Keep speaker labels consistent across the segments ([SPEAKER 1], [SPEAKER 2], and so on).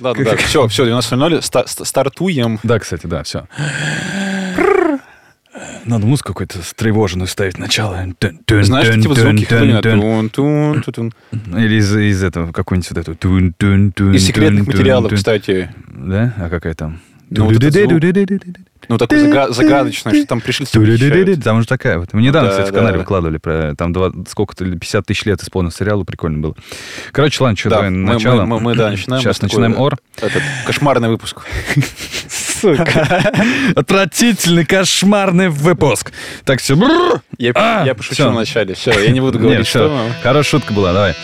[SPEAKER 1] Да, да, да. Все, все, 90.00. ста- ста- Стартуем.
[SPEAKER 2] Да, кстати, да, все. Надо музыку какую-то стревоженную ставить начало.
[SPEAKER 1] Знаешь,
[SPEAKER 2] Знаешь,
[SPEAKER 1] эти вот звуки, которые на тун-тун, тун-тун.
[SPEAKER 2] Или из, из этого какую-нибудь вот эту... тун-тун-тун,
[SPEAKER 1] Из секретных
[SPEAKER 2] тун-тун-тун.
[SPEAKER 1] материалов, кстати.
[SPEAKER 2] Да? А какая там?
[SPEAKER 1] Ну, вот этот звук. Ну, такой загра- загадочный, что там пришли
[SPEAKER 2] Ту-ду-ду-ду-ду. Там же такая вот. Мы недавно,
[SPEAKER 1] Да,
[SPEAKER 2] кстати, в
[SPEAKER 1] да,
[SPEAKER 2] канале
[SPEAKER 1] да.
[SPEAKER 2] выкладывали про там два- сколько-то ли, 50 тысяч лет исполнил сериалу, прикольно было. Короче, ладно, что,
[SPEAKER 1] Да,
[SPEAKER 2] давай
[SPEAKER 1] мы,
[SPEAKER 2] начало.
[SPEAKER 1] мы- мы- мы, да, начинаем.
[SPEAKER 2] Сейчас
[SPEAKER 1] У нас такой,
[SPEAKER 2] начинаем ор.
[SPEAKER 1] Этот, кошмарный выпуск.
[SPEAKER 2] Сука. Отвратительный, кошмарный выпуск. Так, все.
[SPEAKER 1] Я,
[SPEAKER 2] А,
[SPEAKER 1] я пошутил
[SPEAKER 2] всё.
[SPEAKER 1] в начале. Все, я не буду говорить,
[SPEAKER 2] Нет,
[SPEAKER 1] что...
[SPEAKER 2] всё. Хорошая шутка была, давай.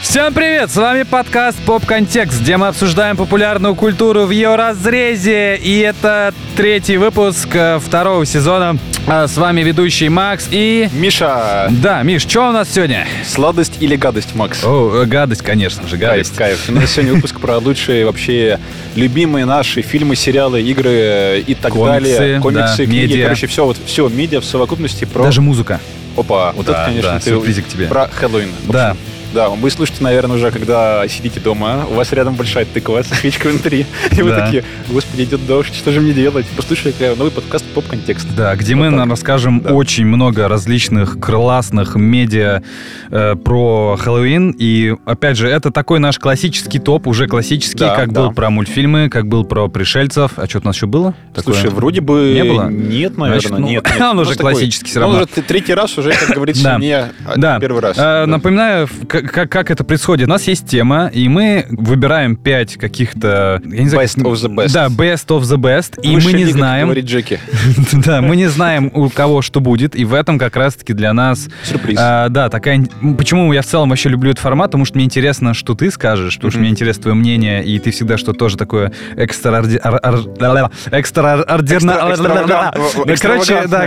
[SPEAKER 2] Всем привет! С вами подкаст «Поп Контекст», где мы обсуждаем популярную культуру в ее разрезе. И это третий выпуск э, второго сезона. А С вами ведущий Макс и...
[SPEAKER 1] Миша,
[SPEAKER 2] Да, Миш, что у нас сегодня?
[SPEAKER 1] сладость или гадость, Макс?
[SPEAKER 2] О, э, гадость, конечно же, гадость.
[SPEAKER 1] Кайф, кайф. У нас сегодня выпуск про лучшие вообще любимые наши фильмы, сериалы, игры э, и так
[SPEAKER 2] Комиксы,
[SPEAKER 1] далее.
[SPEAKER 2] да,
[SPEAKER 1] Комиксы, книги,
[SPEAKER 2] медиа.
[SPEAKER 1] короче, все, вот все, медиа в совокупности про...
[SPEAKER 2] Даже музыка.
[SPEAKER 1] Опа, вот
[SPEAKER 2] Да,
[SPEAKER 1] это, конечно,
[SPEAKER 2] да,
[SPEAKER 1] ты
[SPEAKER 2] сюрпризик тебе.
[SPEAKER 1] про Хэллоуин.
[SPEAKER 2] Да.
[SPEAKER 1] Да, вы слышите, наверное, уже, когда сидите дома, у вас рядом большая тыква со свечкой внутри, и вы
[SPEAKER 2] Да.
[SPEAKER 1] такие, господи, идет дождь, что же мне делать? Послушайте новый подкаст «Поп-контекст».
[SPEAKER 2] Да, где
[SPEAKER 1] Вот
[SPEAKER 2] мы
[SPEAKER 1] так.
[SPEAKER 2] нам расскажем
[SPEAKER 1] Да.
[SPEAKER 2] очень много различных классных медиа э, про Хэллоуин. И опять же, это такой наш классический топ, уже классический,
[SPEAKER 1] Да,
[SPEAKER 2] как
[SPEAKER 1] да.
[SPEAKER 2] был про мультфильмы, как был про пришельцев. А что-то у нас еще было? Такое?
[SPEAKER 1] Слушай, вроде бы...
[SPEAKER 2] Не было?
[SPEAKER 1] Нет, наверное,
[SPEAKER 2] Значит, ну,
[SPEAKER 1] нет.
[SPEAKER 2] он
[SPEAKER 1] нет. У нас
[SPEAKER 2] уже
[SPEAKER 1] такой-
[SPEAKER 2] классический всё
[SPEAKER 1] ну,
[SPEAKER 2] равно.
[SPEAKER 1] уже т- третий раз уже, как говорится,
[SPEAKER 2] Да.
[SPEAKER 1] не а,
[SPEAKER 2] Да.
[SPEAKER 1] первый раз.
[SPEAKER 2] Э,
[SPEAKER 1] Да.
[SPEAKER 2] Напоминаю, в- к- как, как это происходит. У нас есть тема, и мы выбираем пять каких-то... я не знаю,
[SPEAKER 1] Best of the best.
[SPEAKER 2] Да, best of the best. И
[SPEAKER 1] Высшая
[SPEAKER 2] мы не
[SPEAKER 1] лига, как
[SPEAKER 2] знаем...
[SPEAKER 1] Говорит Джеки.
[SPEAKER 2] Да, мы не знаем, у кого что будет, и в этом как раз-таки для нас...
[SPEAKER 1] Сюрприз.
[SPEAKER 2] А, да, такая... ин- м, Почему я в целом вообще люблю этот формат? Потому что мне интересно, что ты скажешь, потому что
[SPEAKER 1] Мгм.
[SPEAKER 2] мне интересно твое мнение, и ты всегда что тоже такое экстраорди- ар- ар- ла-ла-ла,
[SPEAKER 1] Экстра-
[SPEAKER 2] экстраординарно...
[SPEAKER 1] экстравагантно.
[SPEAKER 2] Да, Короче, да,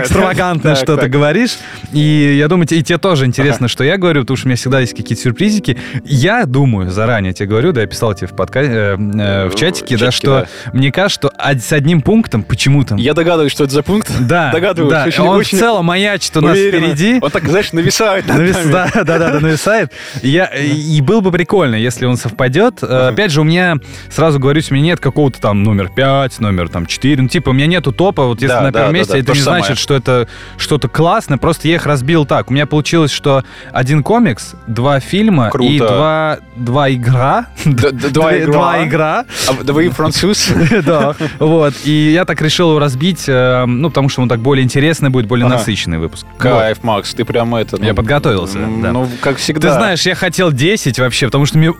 [SPEAKER 2] экстравагантно
[SPEAKER 1] Так,
[SPEAKER 2] что-то
[SPEAKER 1] так.
[SPEAKER 2] говоришь, и я думаю, те- и тебе тоже интересно, что я говорю, потому что у меня всегда есть какие-то сюрпризики. Я думаю, заранее тебе говорю, да, я писал тебе в подка- э, э, в чатике,
[SPEAKER 1] чатике,
[SPEAKER 2] да, что мне кажется, что од- с одним пунктом почему-то...
[SPEAKER 1] Я догадываюсь, что это за пункт.
[SPEAKER 2] Да,
[SPEAKER 1] Догадываюсь.
[SPEAKER 2] да.
[SPEAKER 1] очень-
[SPEAKER 2] он
[SPEAKER 1] очень
[SPEAKER 2] в целом маячит у нас
[SPEAKER 1] уверенно.
[SPEAKER 2] впереди.
[SPEAKER 1] Он так, знаешь, нависает над
[SPEAKER 2] Навис-
[SPEAKER 1] нами.
[SPEAKER 2] да, да, да, да, нависает. И Я, и было бы прикольно, если он совпадет. Э, Опять же, у меня, сразу говорю, у меня нет какого-то там номер 5, номер там 4. Ну, типа, у меня нету топа. Вот если
[SPEAKER 1] Да,
[SPEAKER 2] на
[SPEAKER 1] да,
[SPEAKER 2] первом
[SPEAKER 1] да,
[SPEAKER 2] месте,
[SPEAKER 1] да,
[SPEAKER 2] это
[SPEAKER 1] то
[SPEAKER 2] не
[SPEAKER 1] же самое.
[SPEAKER 2] значит, что это что-то классное. Просто я их разбил так. У меня получилось, что один комикс, два фильма и
[SPEAKER 1] Круто.
[SPEAKER 2] два, два игра.
[SPEAKER 1] Д- д- Два
[SPEAKER 2] Две-
[SPEAKER 1] игра.
[SPEAKER 2] Два игра.
[SPEAKER 1] А вы- Да вы француз?
[SPEAKER 2] Да, вот. И я так решил его разбить, э, ну, потому что он так более интересный будет, более
[SPEAKER 1] Ага.
[SPEAKER 2] насыщенный выпуск. Вот.
[SPEAKER 1] Кайф, Макс, ты прямо это... ну,
[SPEAKER 2] Я подготовился,
[SPEAKER 1] м,
[SPEAKER 2] да.
[SPEAKER 1] Ну, как
[SPEAKER 2] Ты
[SPEAKER 1] всегда.
[SPEAKER 2] знаешь, я хотел 10 вообще, потому что мне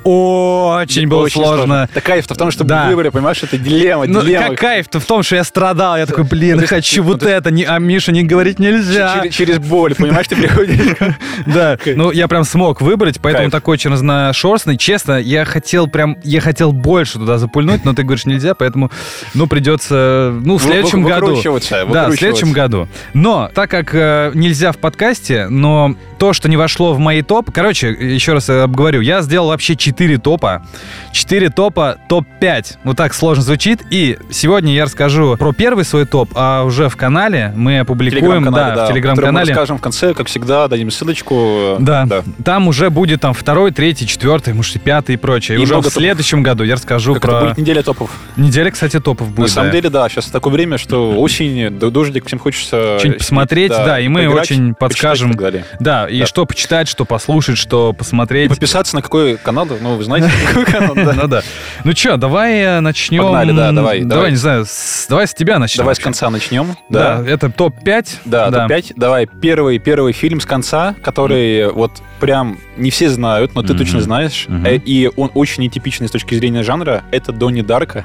[SPEAKER 2] очень было сложно.
[SPEAKER 1] Да кайф-то в том, что
[SPEAKER 2] Да.
[SPEAKER 1] мы выбрали, понимаешь, это дилемма,
[SPEAKER 2] Ну,
[SPEAKER 1] дилемма.
[SPEAKER 2] как кайф-то в том, что я страдал. Я такой, блин,
[SPEAKER 1] Ну, то есть
[SPEAKER 2] хочу
[SPEAKER 1] ты- ну,
[SPEAKER 2] вот
[SPEAKER 1] то есть-
[SPEAKER 2] это, не- а Миша не говорить
[SPEAKER 1] Че-
[SPEAKER 2] нельзя.
[SPEAKER 1] Через, через боль, понимаешь, ты приходишь.
[SPEAKER 2] а? Да, ну я прям смог выбрать, поэтому
[SPEAKER 1] Кайф.
[SPEAKER 2] такой очень разношерстный. Честно, я хотел прям, я хотел больше туда запульнуть, но ты говоришь нельзя, поэтому, ну, придется, ну, в
[SPEAKER 1] Вы- вы-
[SPEAKER 2] следующем году.
[SPEAKER 1] выкручиваться,
[SPEAKER 2] Да, в
[SPEAKER 1] выкручиваться.
[SPEAKER 2] следующем году. Но, так как э, нельзя в подкасте, но то, что не вошло в мои топ... Короче, еще раз э, обговорю. Я сделал вообще 4 топа. 4 топа, топ-5. Вот так сложно звучит. И сегодня я расскажу про первый свой топ, а уже в канале мы опубликуем...
[SPEAKER 1] Телеграм-канале,
[SPEAKER 2] да, в
[SPEAKER 1] который Мы
[SPEAKER 2] телеграм-канале.
[SPEAKER 1] расскажем в конце, как всегда, дадим ссылочку.
[SPEAKER 2] Да. там уже будет там второй, третий, четвертый, может, и пятый и прочее. И,
[SPEAKER 1] И
[SPEAKER 2] уже
[SPEAKER 1] много
[SPEAKER 2] в
[SPEAKER 1] топов.
[SPEAKER 2] следующем году я расскажу
[SPEAKER 1] Как это
[SPEAKER 2] про...
[SPEAKER 1] будет неделя топов.
[SPEAKER 2] Неделя, кстати, топов
[SPEAKER 1] На
[SPEAKER 2] будет.
[SPEAKER 1] самом
[SPEAKER 2] да.
[SPEAKER 1] деле, да, сейчас такое время, что осень, да, дождик, всем хочется...
[SPEAKER 2] Что-нибудь посмотреть, да, и мы
[SPEAKER 1] поиграть,
[SPEAKER 2] очень
[SPEAKER 1] почитать и
[SPEAKER 2] подскажем.
[SPEAKER 1] так далее.
[SPEAKER 2] Да, и
[SPEAKER 1] Да.
[SPEAKER 2] что почитать, что послушать, что
[SPEAKER 1] И
[SPEAKER 2] посмотреть.
[SPEAKER 1] подписаться на какой канал, ну, вы знаете, какой канал, да.
[SPEAKER 2] Ну да. Ну чё, давай э, начнем.
[SPEAKER 1] Погнали, да, давай,
[SPEAKER 2] Давай,
[SPEAKER 1] давай.
[SPEAKER 2] не знаю, с- давай с тебя начнем.
[SPEAKER 1] Давай с конца начнем.
[SPEAKER 2] Да, это топ-5.
[SPEAKER 1] Да, топ-5. Давай, первый, первый фильм с конца, который вот прям не все знают, но ты
[SPEAKER 2] Мгм.
[SPEAKER 1] точно знаешь.
[SPEAKER 2] Мгм.
[SPEAKER 1] Э, И он очень нетипичный с точки зрения жанра. Это Донни Дарка.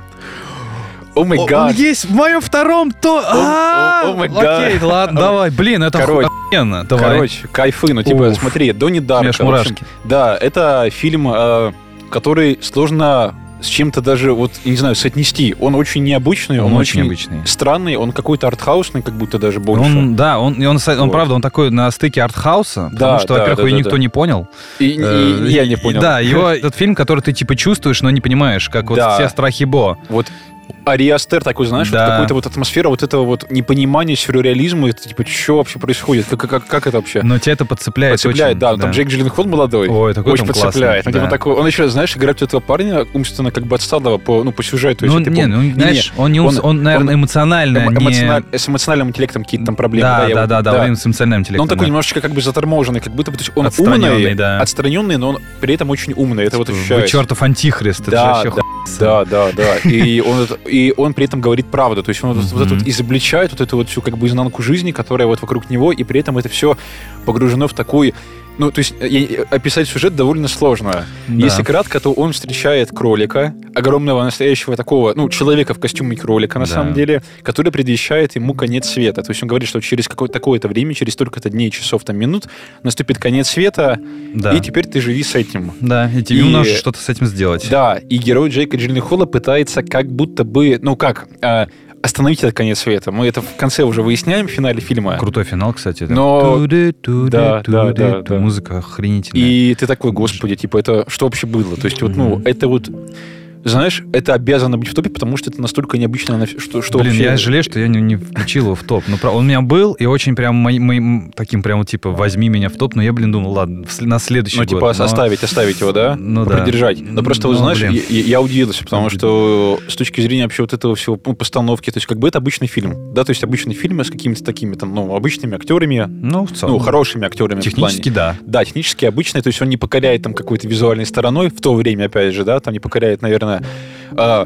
[SPEAKER 1] О май
[SPEAKER 2] О, Он
[SPEAKER 1] гад.
[SPEAKER 2] есть в моем втором то. А,
[SPEAKER 1] о, о май
[SPEAKER 2] Окей,
[SPEAKER 1] гад.
[SPEAKER 2] ладно, давай. Блин, это
[SPEAKER 1] Короче,
[SPEAKER 2] охуенно. Давай.
[SPEAKER 1] Короче, кайфы, ну типа,
[SPEAKER 2] Уф.
[SPEAKER 1] смотри, Донни
[SPEAKER 2] У
[SPEAKER 1] Дарка.
[SPEAKER 2] меня аж
[SPEAKER 1] в общем,
[SPEAKER 2] мурашки.
[SPEAKER 1] Да, это фильм, э, который сложно с чем-то даже, вот, я не знаю, соотнести. Он очень необычный, он,
[SPEAKER 2] Он очень обычный.
[SPEAKER 1] странный, он какой-то артхаусный, как будто даже больше.
[SPEAKER 2] Он, да, он, и он, со- он,
[SPEAKER 1] Вот.
[SPEAKER 2] правда, он такой на стыке артхауса, потому
[SPEAKER 1] Да,
[SPEAKER 2] что,
[SPEAKER 1] да,
[SPEAKER 2] во-первых,
[SPEAKER 1] да,
[SPEAKER 2] его
[SPEAKER 1] да,
[SPEAKER 2] никто
[SPEAKER 1] да.
[SPEAKER 2] не понял.
[SPEAKER 1] И, и-
[SPEAKER 2] Э,
[SPEAKER 1] и я не понял.
[SPEAKER 2] Да, его этот фильм, который ты типа чувствуешь, но не понимаешь, как вот
[SPEAKER 1] Да.
[SPEAKER 2] все страхи Бо.
[SPEAKER 1] Вот Ари Астер такой, знаешь,
[SPEAKER 2] Да.
[SPEAKER 1] вот какая-то вот атмосфера вот этого вот непонимания сюрреализма, это типа, что вообще происходит, как, как, как это вообще?
[SPEAKER 2] Но тебя это подцепляет,
[SPEAKER 1] Э. Подцепляет, да,
[SPEAKER 2] очень,
[SPEAKER 1] там Джейк Джилленхол молодой,
[SPEAKER 2] Ой, такой
[SPEAKER 1] очень
[SPEAKER 2] там
[SPEAKER 1] подцепляет.
[SPEAKER 2] классный,
[SPEAKER 1] Он, типа,
[SPEAKER 2] да.
[SPEAKER 1] такой, он еще, знаешь, играет этого парня умственно как бы отсталого по, ну, по сюжету.
[SPEAKER 2] Ну,
[SPEAKER 1] если ты
[SPEAKER 2] не,
[SPEAKER 1] помнишь.
[SPEAKER 2] ну,
[SPEAKER 1] Не-не,
[SPEAKER 2] знаешь, он, не умс- он, наверное,
[SPEAKER 1] он
[SPEAKER 2] эмоционально
[SPEAKER 1] эмо-
[SPEAKER 2] не-
[SPEAKER 1] эмоциональ- с эмоциональным интеллектом какие-то там проблемы.
[SPEAKER 2] Да,
[SPEAKER 1] я
[SPEAKER 2] да,
[SPEAKER 1] вот-
[SPEAKER 2] да, да, он с эмоциональным
[SPEAKER 1] Но он
[SPEAKER 2] интеллектом.
[SPEAKER 1] такой
[SPEAKER 2] да.
[SPEAKER 1] немножечко как бы заторможенный, как будто бы, то есть он
[SPEAKER 2] Отстраненный,
[SPEAKER 1] умный,
[SPEAKER 2] да. Типа,
[SPEAKER 1] отстраненный, но он при этом очень умный. Это вот
[SPEAKER 2] Вы
[SPEAKER 1] ощущается.
[SPEAKER 2] чертов антихрист, это
[SPEAKER 1] Да,
[SPEAKER 2] же вообще
[SPEAKER 1] Да, да, да. И он, это- и он при этом говорит правду. То есть он вот, вот это
[SPEAKER 2] Мгм.
[SPEAKER 1] вот изобличает вот эту вот всю как бы изнанку жизни, которая вот вокруг него, и при этом это все погружено в такой... Ну, то есть э, я- описать сюжет довольно сложно.
[SPEAKER 2] Да.
[SPEAKER 1] Если кратко, то он встречает кролика, огромного настоящего такого, ну, человека в костюме кролика, на
[SPEAKER 2] Да.
[SPEAKER 1] самом деле, который предвещает ему конец света. То есть он говорит, что через какое-то такое-то время, через столько-то дней, часов, там, минут, наступит конец света,
[SPEAKER 2] Да.
[SPEAKER 1] и теперь ты живи с этим.
[SPEAKER 2] Да, и тебе
[SPEAKER 1] И-
[SPEAKER 2] нужно что-то с этим сделать.
[SPEAKER 1] Да, и герой Джейка Джилленхола пытается как будто бы, ну как, а, остановить этот конец света. Мы это в конце уже выясняем в финале фильма.
[SPEAKER 2] Крутой финал, кстати. да.
[SPEAKER 1] Но-
[SPEAKER 2] Туды, туды,
[SPEAKER 1] Да, да,
[SPEAKER 2] туды,
[SPEAKER 1] да,
[SPEAKER 2] ту-
[SPEAKER 1] да.
[SPEAKER 2] Музыка охренительная.
[SPEAKER 1] И ты такой, господи, типа, это что вообще было? То есть, вот, ну,
[SPEAKER 2] Мгм.
[SPEAKER 1] это вот, знаешь, это обязано быть в топе, потому что это настолько необычно, на- что, что
[SPEAKER 2] Блин,
[SPEAKER 1] вообще...
[SPEAKER 2] я жалею, что я не, не включил его в топ. Ну, про- он у меня был, и очень прям мои- моим таким прям вот типа возьми меня в топ, но я, блин, думал, ладно, в сл- на следующий
[SPEAKER 1] Ну,
[SPEAKER 2] год.
[SPEAKER 1] типа,
[SPEAKER 2] но-
[SPEAKER 1] оставить, оставить его, да?
[SPEAKER 2] Ну, да.
[SPEAKER 1] Продержать. Но просто, вот,
[SPEAKER 2] Ну,
[SPEAKER 1] знаешь,
[SPEAKER 2] блин.
[SPEAKER 1] я, я удивился, потому что с точки зрения вообще вот этого всего ну, постановки, то есть, как бы это обычный фильм, да, то есть обычный фильм с какими-то такими там, ну, обычными актерами,
[SPEAKER 2] Ну, в целом.
[SPEAKER 1] ну, хорошими актерами в плане.
[SPEAKER 2] Технически, да.
[SPEAKER 1] Да, технически обычный, то есть он не покоряет там какой-то визуальной стороной в то время, опять же, да, там не покоряет, наверное, э,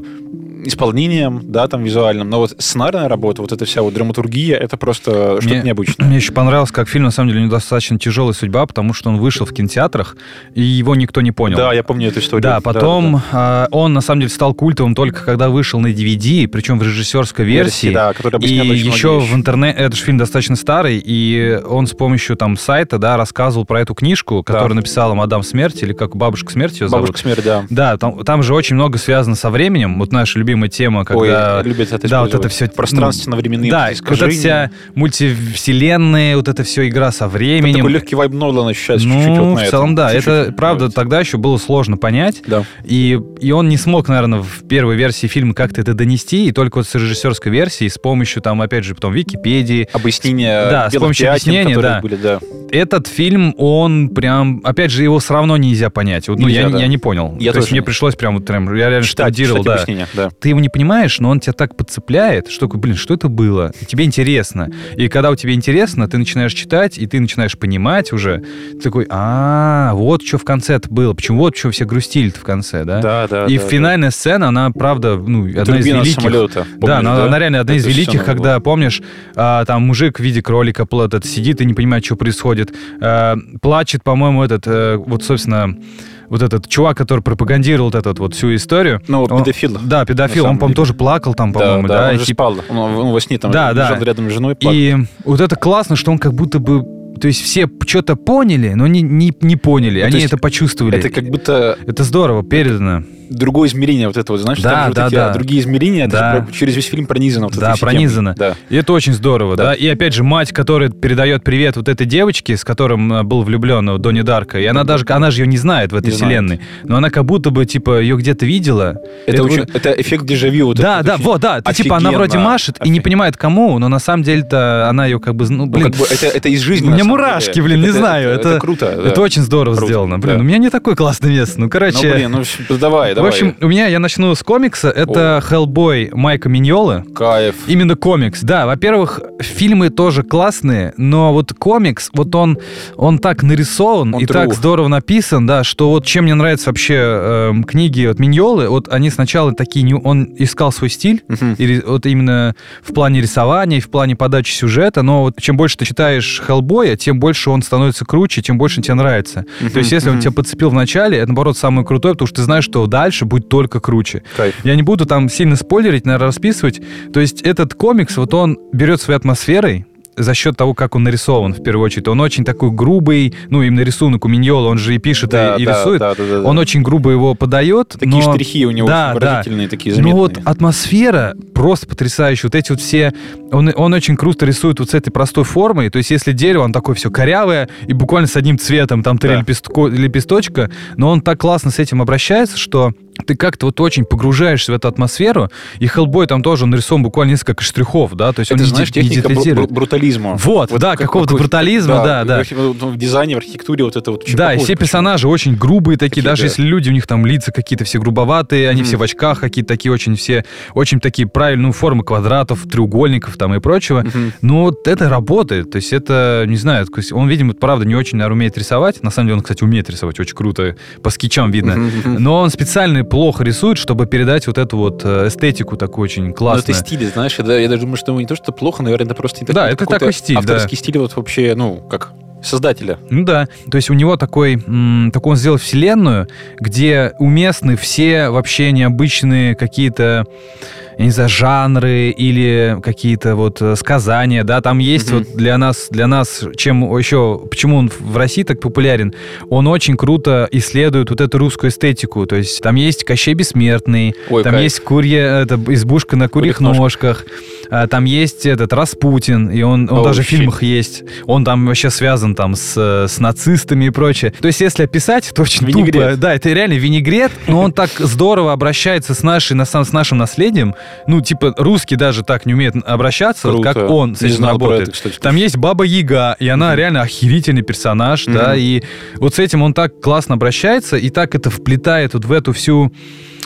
[SPEAKER 1] исполнением, да, там визуальным, но вот сценарная работа, вот эта вся вот драматургия, это просто что-то
[SPEAKER 2] Мне-
[SPEAKER 1] необычное.
[SPEAKER 2] Мне еще понравилось, как фильм, на самом деле, у него достаточно тяжелая судьба, потому что он вышел в кинотеатрах, и его никто не понял.
[SPEAKER 1] Да, я помню эту историю.
[SPEAKER 2] Да, потом
[SPEAKER 1] да.
[SPEAKER 2] а, он, на самом деле, стал культовым только когда вышел на DVD, причем в режиссерской версии.
[SPEAKER 1] да, которая
[SPEAKER 2] И
[SPEAKER 1] объясняет очень многие
[SPEAKER 2] еще
[SPEAKER 1] вещи.
[SPEAKER 2] в интернете, этот же фильм достаточно старый, и он с помощью там сайта, да, рассказывал про эту книжку,
[SPEAKER 1] Да.
[SPEAKER 2] которую написала «Мадам смерти», или как «Бабушка смерти» ее зовут.
[SPEAKER 1] Бабушка смерти, да.
[SPEAKER 2] Да, там, там же очень много связано со временем, вот наша любимая тема, когда...
[SPEAKER 1] Ой, любят это
[SPEAKER 2] да, вот это
[SPEAKER 1] использовать.
[SPEAKER 2] все...
[SPEAKER 1] Пространственно-временные
[SPEAKER 2] Да,
[SPEAKER 1] вот эти
[SPEAKER 2] вот эта
[SPEAKER 1] искажения.
[SPEAKER 2] вся мультивселенная, вот эта все игра со
[SPEAKER 1] Там
[SPEAKER 2] временем.
[SPEAKER 1] такой легкий вайб Нолана ощущается
[SPEAKER 2] ну,
[SPEAKER 1] чуть-чуть вот на
[SPEAKER 2] в целом,
[SPEAKER 1] этом.
[SPEAKER 2] да,
[SPEAKER 1] Чуть-чуть
[SPEAKER 2] это,
[SPEAKER 1] вот.
[SPEAKER 2] правда, тогда еще было сложно понять,
[SPEAKER 1] Да.
[SPEAKER 2] и, и он не смог, наверное, в первой версии фильма как-то это донести, и только вот с режиссерской версии, с помощью там, опять же, потом Википедии,
[SPEAKER 1] Объяснение
[SPEAKER 2] Да, с
[SPEAKER 1] белых
[SPEAKER 2] помощью
[SPEAKER 1] пятен,
[SPEAKER 2] объяснения,
[SPEAKER 1] которые
[SPEAKER 2] да.
[SPEAKER 1] были, да.
[SPEAKER 2] этот фильм, он прям, опять же, его все равно нельзя понять. Вот, ну,
[SPEAKER 1] Нельзя,
[SPEAKER 2] я,
[SPEAKER 1] да.
[SPEAKER 2] я не понял.
[SPEAKER 1] Я
[SPEAKER 2] То
[SPEAKER 1] тоже
[SPEAKER 2] есть мне
[SPEAKER 1] не.
[SPEAKER 2] пришлось прям, вот прям, я реально
[SPEAKER 1] Читать,
[SPEAKER 2] штудировал,
[SPEAKER 1] читать
[SPEAKER 2] да.
[SPEAKER 1] объяснение, да.
[SPEAKER 2] Ты его не понимаешь, но он тебя так подцепляет, что такой, блин, что это было? И тебе интересно. И когда у тебя интересно, ты начинаешь читать, и ты начинаешь понимать уже. Ты такой, а, вот что в конце-то было, почему вот что все грустили-то в конце, да?
[SPEAKER 1] Да, да.
[SPEAKER 2] и
[SPEAKER 1] да,
[SPEAKER 2] финальная сцена, она, правда, ну,
[SPEAKER 1] да.
[SPEAKER 2] одна из
[SPEAKER 1] Турбина
[SPEAKER 2] великих.
[SPEAKER 1] самолета.
[SPEAKER 2] да,
[SPEAKER 1] помнишь,
[SPEAKER 2] она, она реально одна из
[SPEAKER 1] Это всё
[SPEAKER 2] великих,
[SPEAKER 1] надо
[SPEAKER 2] когда, помнишь, а, там мужик в виде кролика пла- этот сидит и не понимает, что происходит. А, плачет, по-моему, этот, э, вот, собственно, вот этот чувак, который пропагандировал вот эту вот всю историю.
[SPEAKER 1] Ну,
[SPEAKER 2] Он-
[SPEAKER 1] педофил.
[SPEAKER 2] Да, педофил,
[SPEAKER 1] На
[SPEAKER 2] он,
[SPEAKER 1] самом деле.
[SPEAKER 2] по-моему, тоже плакал там, по-моему, да.
[SPEAKER 1] он
[SPEAKER 2] и
[SPEAKER 1] же
[SPEAKER 2] типа-
[SPEAKER 1] спал. Он, он Ну, во сне там
[SPEAKER 2] Да, да.
[SPEAKER 1] лежал рядом с женой, плакал.
[SPEAKER 2] и вот это классно, что он как будто бы, то есть все что-то поняли, но не, не, не поняли,
[SPEAKER 1] Ну, то
[SPEAKER 2] они
[SPEAKER 1] есть
[SPEAKER 2] это почувствовали.
[SPEAKER 1] Это как будто
[SPEAKER 2] Это здорово, передано.
[SPEAKER 1] другое измерение вот этого, знаешь,
[SPEAKER 2] Да,
[SPEAKER 1] там же вот
[SPEAKER 2] да,
[SPEAKER 1] эти
[SPEAKER 2] да.
[SPEAKER 1] другие измерения, это
[SPEAKER 2] Да.
[SPEAKER 1] же про- через весь фильм пронизано. вот
[SPEAKER 2] Да,
[SPEAKER 1] этой всей темой.
[SPEAKER 2] пронизано.
[SPEAKER 1] Да.
[SPEAKER 2] И это очень здорово, да.
[SPEAKER 1] Да.
[SPEAKER 2] И опять же, мать, которая передает привет вот этой девочке, с которым э, был влюблен э, Донни Дарка, и она даже, она же ее не знает в этой
[SPEAKER 1] Не знает.
[SPEAKER 2] вселенной, но она как будто бы, типа, ее где-то видела.
[SPEAKER 1] Это,
[SPEAKER 2] Это
[SPEAKER 1] очень,
[SPEAKER 2] вот-
[SPEAKER 1] это эффект дежавю. Вот
[SPEAKER 2] да,
[SPEAKER 1] этот
[SPEAKER 2] да,
[SPEAKER 1] очень-
[SPEAKER 2] вот, да. Ты, типа, она
[SPEAKER 1] офигенно.
[SPEAKER 2] вроде машет и не
[SPEAKER 1] Офиг-
[SPEAKER 2] понимает кому, но на самом деле-то она ее как бы, ну,
[SPEAKER 1] Ну,
[SPEAKER 2] блин,
[SPEAKER 1] как бы это, это из жизни.
[SPEAKER 2] у
[SPEAKER 1] на
[SPEAKER 2] меня
[SPEAKER 1] самом
[SPEAKER 2] мурашки,
[SPEAKER 1] деле.
[SPEAKER 2] блин, не
[SPEAKER 1] Это-
[SPEAKER 2] знаю,
[SPEAKER 1] Это,
[SPEAKER 2] это-
[SPEAKER 1] круто.
[SPEAKER 2] это
[SPEAKER 1] да.
[SPEAKER 2] очень здорово
[SPEAKER 1] Круто,
[SPEAKER 2] сделано. Блин,
[SPEAKER 1] да.
[SPEAKER 2] у меня не такое классное место. Ну, короче,
[SPEAKER 1] Ну, блин, ну, ш- давай, давай.
[SPEAKER 2] в общем, у меня я начну с комикса. Это Хеллбой Майка Миньолы.
[SPEAKER 1] кайф.
[SPEAKER 2] Именно комикс. Да, во-первых, фильмы тоже классные, но вот комикс, вот он, он так нарисован
[SPEAKER 1] Он
[SPEAKER 2] и
[SPEAKER 1] true.
[SPEAKER 2] так здорово написан, да, что вот чем мне нравятся вообще эм, книги от Миньолы, вот они сначала такие, не, он искал свой стиль,
[SPEAKER 1] Мгм.
[SPEAKER 2] и ри- вот именно в плане рисования, и в плане подачи сюжета, но вот чем больше ты читаешь Хеллбоя, тем больше он становится круче, тем больше тебе нравится.
[SPEAKER 1] Мгм,
[SPEAKER 2] То есть если он
[SPEAKER 1] мгм.
[SPEAKER 2] тебя подцепил в начале, это, наоборот, самое крутое, потому что ты знаешь, что дальше будет только круче.
[SPEAKER 1] Кайф.
[SPEAKER 2] Я не буду там сильно спойлерить, наверное, расписывать. То есть этот комикс, вот он берет своей атмосферой, за счет того, как он нарисован, в первую очередь. Он очень такой грубый, ну, именно рисунок у Миньола, он же и пишет,
[SPEAKER 1] Да,
[SPEAKER 2] и, и
[SPEAKER 1] да,
[SPEAKER 2] рисует.
[SPEAKER 1] да, да, да, да.
[SPEAKER 2] Он очень грубо его подает.
[SPEAKER 1] Такие
[SPEAKER 2] но...
[SPEAKER 1] штрихи у него
[SPEAKER 2] Да,
[SPEAKER 1] очень
[SPEAKER 2] да.
[SPEAKER 1] выразительные, такие
[SPEAKER 2] Ну
[SPEAKER 1] заметные.
[SPEAKER 2] вот атмосфера просто потрясающая. Вот эти вот все... Он, он очень круто рисует вот с этой простой формой. То есть если дерево, он такое все корявое и буквально с одним цветом, там три
[SPEAKER 1] Да.
[SPEAKER 2] лепестко- лепесточка, но он так классно с этим обращается, что ты как-то вот очень погружаешься в эту атмосферу, и Хеллбой там тоже нарисован буквально несколько штрихов, да, то есть он
[SPEAKER 1] Это,
[SPEAKER 2] не,
[SPEAKER 1] знаешь,
[SPEAKER 2] де- не
[SPEAKER 1] техника бру-
[SPEAKER 2] детализирует.
[SPEAKER 1] бру- брутализма.
[SPEAKER 2] Вот, да, какого-то брутализма, да, да.
[SPEAKER 1] В, в дизайне, в архитектуре вот это вот очень
[SPEAKER 2] Да, и
[SPEAKER 1] похоже
[SPEAKER 2] все
[SPEAKER 1] почему-то.
[SPEAKER 2] персонажи очень грубые такие,
[SPEAKER 1] Такие,
[SPEAKER 2] даже
[SPEAKER 1] да.
[SPEAKER 2] если люди, у них там лица какие-то все грубоватые, они
[SPEAKER 1] Мгм.
[SPEAKER 2] все в очках какие-то такие, очень все, очень такие правильные ну, формы квадратов, треугольников там и прочего.
[SPEAKER 1] Мгм.
[SPEAKER 2] Но Ну, вот это работает, то есть это, не знаю, то есть он, видимо, правда не очень наверное, умеет рисовать, на самом деле он, кстати, умеет рисовать, очень круто, по скетчам видно.
[SPEAKER 1] Мгм, мгм.
[SPEAKER 2] Но он специально плохо рисует, чтобы передать вот эту вот э, эстетику такую очень
[SPEAKER 1] Но
[SPEAKER 2] классную.
[SPEAKER 1] Ну, это стиль, знаешь, я, да- я даже думаю, что ему не то, что плохо, наверное, это просто
[SPEAKER 2] Да, это
[SPEAKER 1] какой-то
[SPEAKER 2] такой стиль, да.
[SPEAKER 1] Авторский стиль вот вообще, ну, как создателя.
[SPEAKER 2] Ну да. То есть у него такой, м, такой он сделал вселенную, где уместны все вообще необычные какие-то, я не знаю, жанры или какие-то вот э, сказания, да, там есть
[SPEAKER 1] Мгм.
[SPEAKER 2] вот для нас, для нас, чем еще, почему он в России так популярен, он очень круто исследует вот эту русскую эстетику, то есть там есть Кощей Бессмертный,
[SPEAKER 1] Ой,
[SPEAKER 2] там
[SPEAKER 1] кайф.
[SPEAKER 2] есть курья, это избушка на курьих
[SPEAKER 1] Курьих
[SPEAKER 2] ножках. А, Там есть этот Распутин, и он, он
[SPEAKER 1] Oh,
[SPEAKER 2] даже в
[SPEAKER 1] shit.
[SPEAKER 2] фильмах есть. Он там вообще связан там с, э, с нацистами и прочее. То есть, если описать, то очень тупо.
[SPEAKER 1] Винегрет.
[SPEAKER 2] Да, это реально винегрет, но он так здорово обращается с, нашей, на сам- с нашим наследием. Ну, типа, русский даже так не умеет обращаться, вот как
[SPEAKER 1] Круто.
[SPEAKER 2] он с
[SPEAKER 1] Не
[SPEAKER 2] этим
[SPEAKER 1] знал про
[SPEAKER 2] работает.
[SPEAKER 1] это, кстати.
[SPEAKER 2] Там есть Баба Яга, и она
[SPEAKER 1] Мгм.
[SPEAKER 2] реально охерительный персонаж, да,
[SPEAKER 1] Мгм.
[SPEAKER 2] и вот с этим он так классно обращается, и так это вплетает вот в эту всю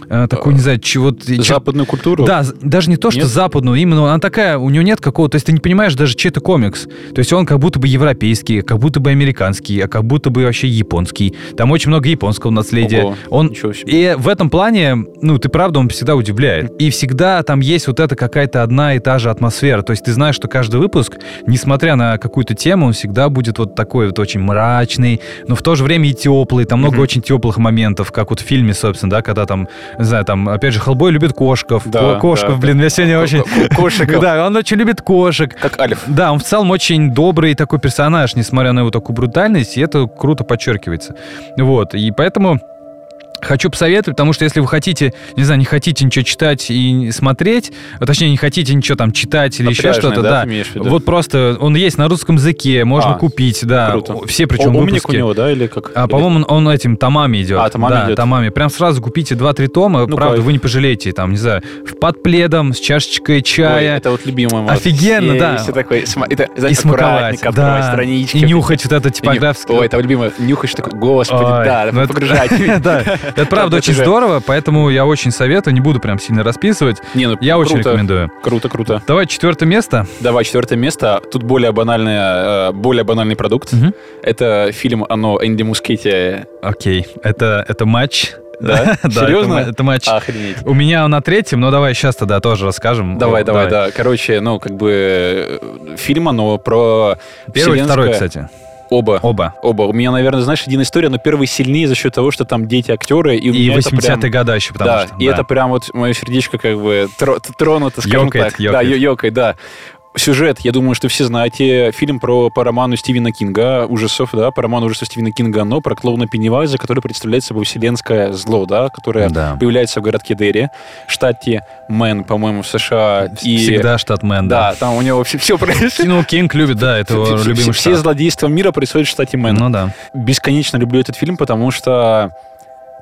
[SPEAKER 2] э, такую, не знаю, чего-то... чер-
[SPEAKER 1] Западную культуру.
[SPEAKER 2] Да, з- даже не то, что
[SPEAKER 1] Нет?
[SPEAKER 2] западную, именно она такая, у нее нет какого, то есть ты не понимаешь даже, чей это комикс. То есть он как будто бы европейский, как будто бы американский, а как будто бы вообще японский. Там очень много японского наследия.
[SPEAKER 1] Ого,
[SPEAKER 2] Он
[SPEAKER 1] Ничего себе.
[SPEAKER 2] и в этом плане, ну, ты правда, он всегда удивляет. И всегда там есть вот эта какая-то одна и та же атмосфера. То есть ты знаешь, что каждый выпуск, несмотря на какую-то тему, он всегда будет вот такой вот очень мрачный, но в то же время и теплый. Там много
[SPEAKER 1] Мгм.
[SPEAKER 2] очень теплых моментов, как вот в фильме, собственно, да, когда там, не знаю, там, опять же, Хеллбой любит кошков.
[SPEAKER 1] Да,
[SPEAKER 2] Ко-
[SPEAKER 1] да,
[SPEAKER 2] кошков, блин, я сегодня очень...
[SPEAKER 1] Кошек.
[SPEAKER 2] Да, он очень любит кошек.
[SPEAKER 1] Как Альф.
[SPEAKER 2] Да, он в целом очень добрый такой персонаж, несмотря на его такую брутальность, и это круто подчеркивается. Вот, и поэтому хочу посоветовать, потому что если вы хотите, не знаю, не хотите ничего читать и не смотреть, а точнее, не хотите ничего там читать или еще
[SPEAKER 1] Напряжный,
[SPEAKER 2] что-то,
[SPEAKER 1] да,
[SPEAKER 2] да,
[SPEAKER 1] ты имеешь в виду?
[SPEAKER 2] вот просто он есть на русском языке, можно
[SPEAKER 1] А,
[SPEAKER 2] купить, да,
[SPEAKER 1] круто.
[SPEAKER 2] все
[SPEAKER 1] О-
[SPEAKER 2] причем
[SPEAKER 1] Умник у
[SPEAKER 2] выпуски.
[SPEAKER 1] него, да, или как?
[SPEAKER 2] А, по-моему, он этим томами идет.
[SPEAKER 1] А, томами
[SPEAKER 2] да,
[SPEAKER 1] идет.
[SPEAKER 2] томами. Прям сразу купите 2-3 тома,
[SPEAKER 1] Ну,
[SPEAKER 2] правда,
[SPEAKER 1] кайф.
[SPEAKER 2] вы не пожалеете. Там, не знаю, в- под пледом, с чашечкой
[SPEAKER 1] Ой,
[SPEAKER 2] чая.
[SPEAKER 1] это вот любимое. мое.
[SPEAKER 2] Офигенно,
[SPEAKER 1] Сесть,
[SPEAKER 2] да.
[SPEAKER 1] и такой, сма- это,
[SPEAKER 2] и
[SPEAKER 1] знаешь,
[SPEAKER 2] смаковать,
[SPEAKER 1] аккуратненько открывать
[SPEAKER 2] да,
[SPEAKER 1] странички.
[SPEAKER 2] и нюхать вот это
[SPEAKER 1] И нюх- Ой,
[SPEAKER 2] типографское.
[SPEAKER 1] это любимое. Нюхаешь такой, господи,
[SPEAKER 2] Ой,
[SPEAKER 1] да,
[SPEAKER 2] ну это-
[SPEAKER 1] погружать.
[SPEAKER 2] Да, это правда
[SPEAKER 1] это
[SPEAKER 2] очень
[SPEAKER 1] же-
[SPEAKER 2] здорово, поэтому я очень советую, не буду прям сильно расписывать.
[SPEAKER 1] Не, ну,
[SPEAKER 2] Я очень
[SPEAKER 1] круто,
[SPEAKER 2] рекомендую.
[SPEAKER 1] Круто, круто.
[SPEAKER 2] Давай четвертое место.
[SPEAKER 1] Давай четвертое место. Тут более банальное, э, более банальный продукт.
[SPEAKER 2] Мгм.
[SPEAKER 1] Это фильм «Оно» Энди Мускетти.
[SPEAKER 2] Окей, это, это матч.
[SPEAKER 1] Да?
[SPEAKER 2] Да, это
[SPEAKER 1] Серьезно? А.
[SPEAKER 2] ма- Это матч.
[SPEAKER 1] Охренеть.
[SPEAKER 2] У меня он на третьем, но давай сейчас тогда тоже расскажем.
[SPEAKER 1] Давай,
[SPEAKER 2] Вот,
[SPEAKER 1] давай, да. Короче, ну, как бы э, фильм «Оно» про
[SPEAKER 2] Первый и второй,
[SPEAKER 1] вселенское-
[SPEAKER 2] кстати.
[SPEAKER 1] Оба.
[SPEAKER 2] Оба.
[SPEAKER 1] Оба. У меня, наверное, знаешь, единая история, но первый сильнее за счет того, что там дети актеры. И, у
[SPEAKER 2] И
[SPEAKER 1] меня это прям-
[SPEAKER 2] 80-е годы еще, потому
[SPEAKER 1] да,
[SPEAKER 2] что.
[SPEAKER 1] и это прям вот мое сердечко как бы тро- т- тронуто, скажем
[SPEAKER 2] Ёкает,
[SPEAKER 1] так. Да,
[SPEAKER 2] ёкает.
[SPEAKER 1] ё- ёкает, да. Сюжет, я думаю, что все знаете. Фильм про, по роману Стивена Кинга, ужасов, да, по роману ужасов Стивена Кинга, но про клоуна Пеннивайза, который представляет собой вселенское зло, да, которое
[SPEAKER 2] Да.
[SPEAKER 1] появляется в городке Дерри, штате Мэн, по-моему, в США. И,
[SPEAKER 2] Всегда штатмен, да.
[SPEAKER 1] Да, там у него все, происходит.
[SPEAKER 2] Ну, Кинг любит, да, это его
[SPEAKER 1] Все-
[SPEAKER 2] любимый
[SPEAKER 1] Все
[SPEAKER 2] штат.
[SPEAKER 1] злодейства мира происходят в штате Мэн
[SPEAKER 2] Ну да.
[SPEAKER 1] бесконечно люблю этот фильм, потому что,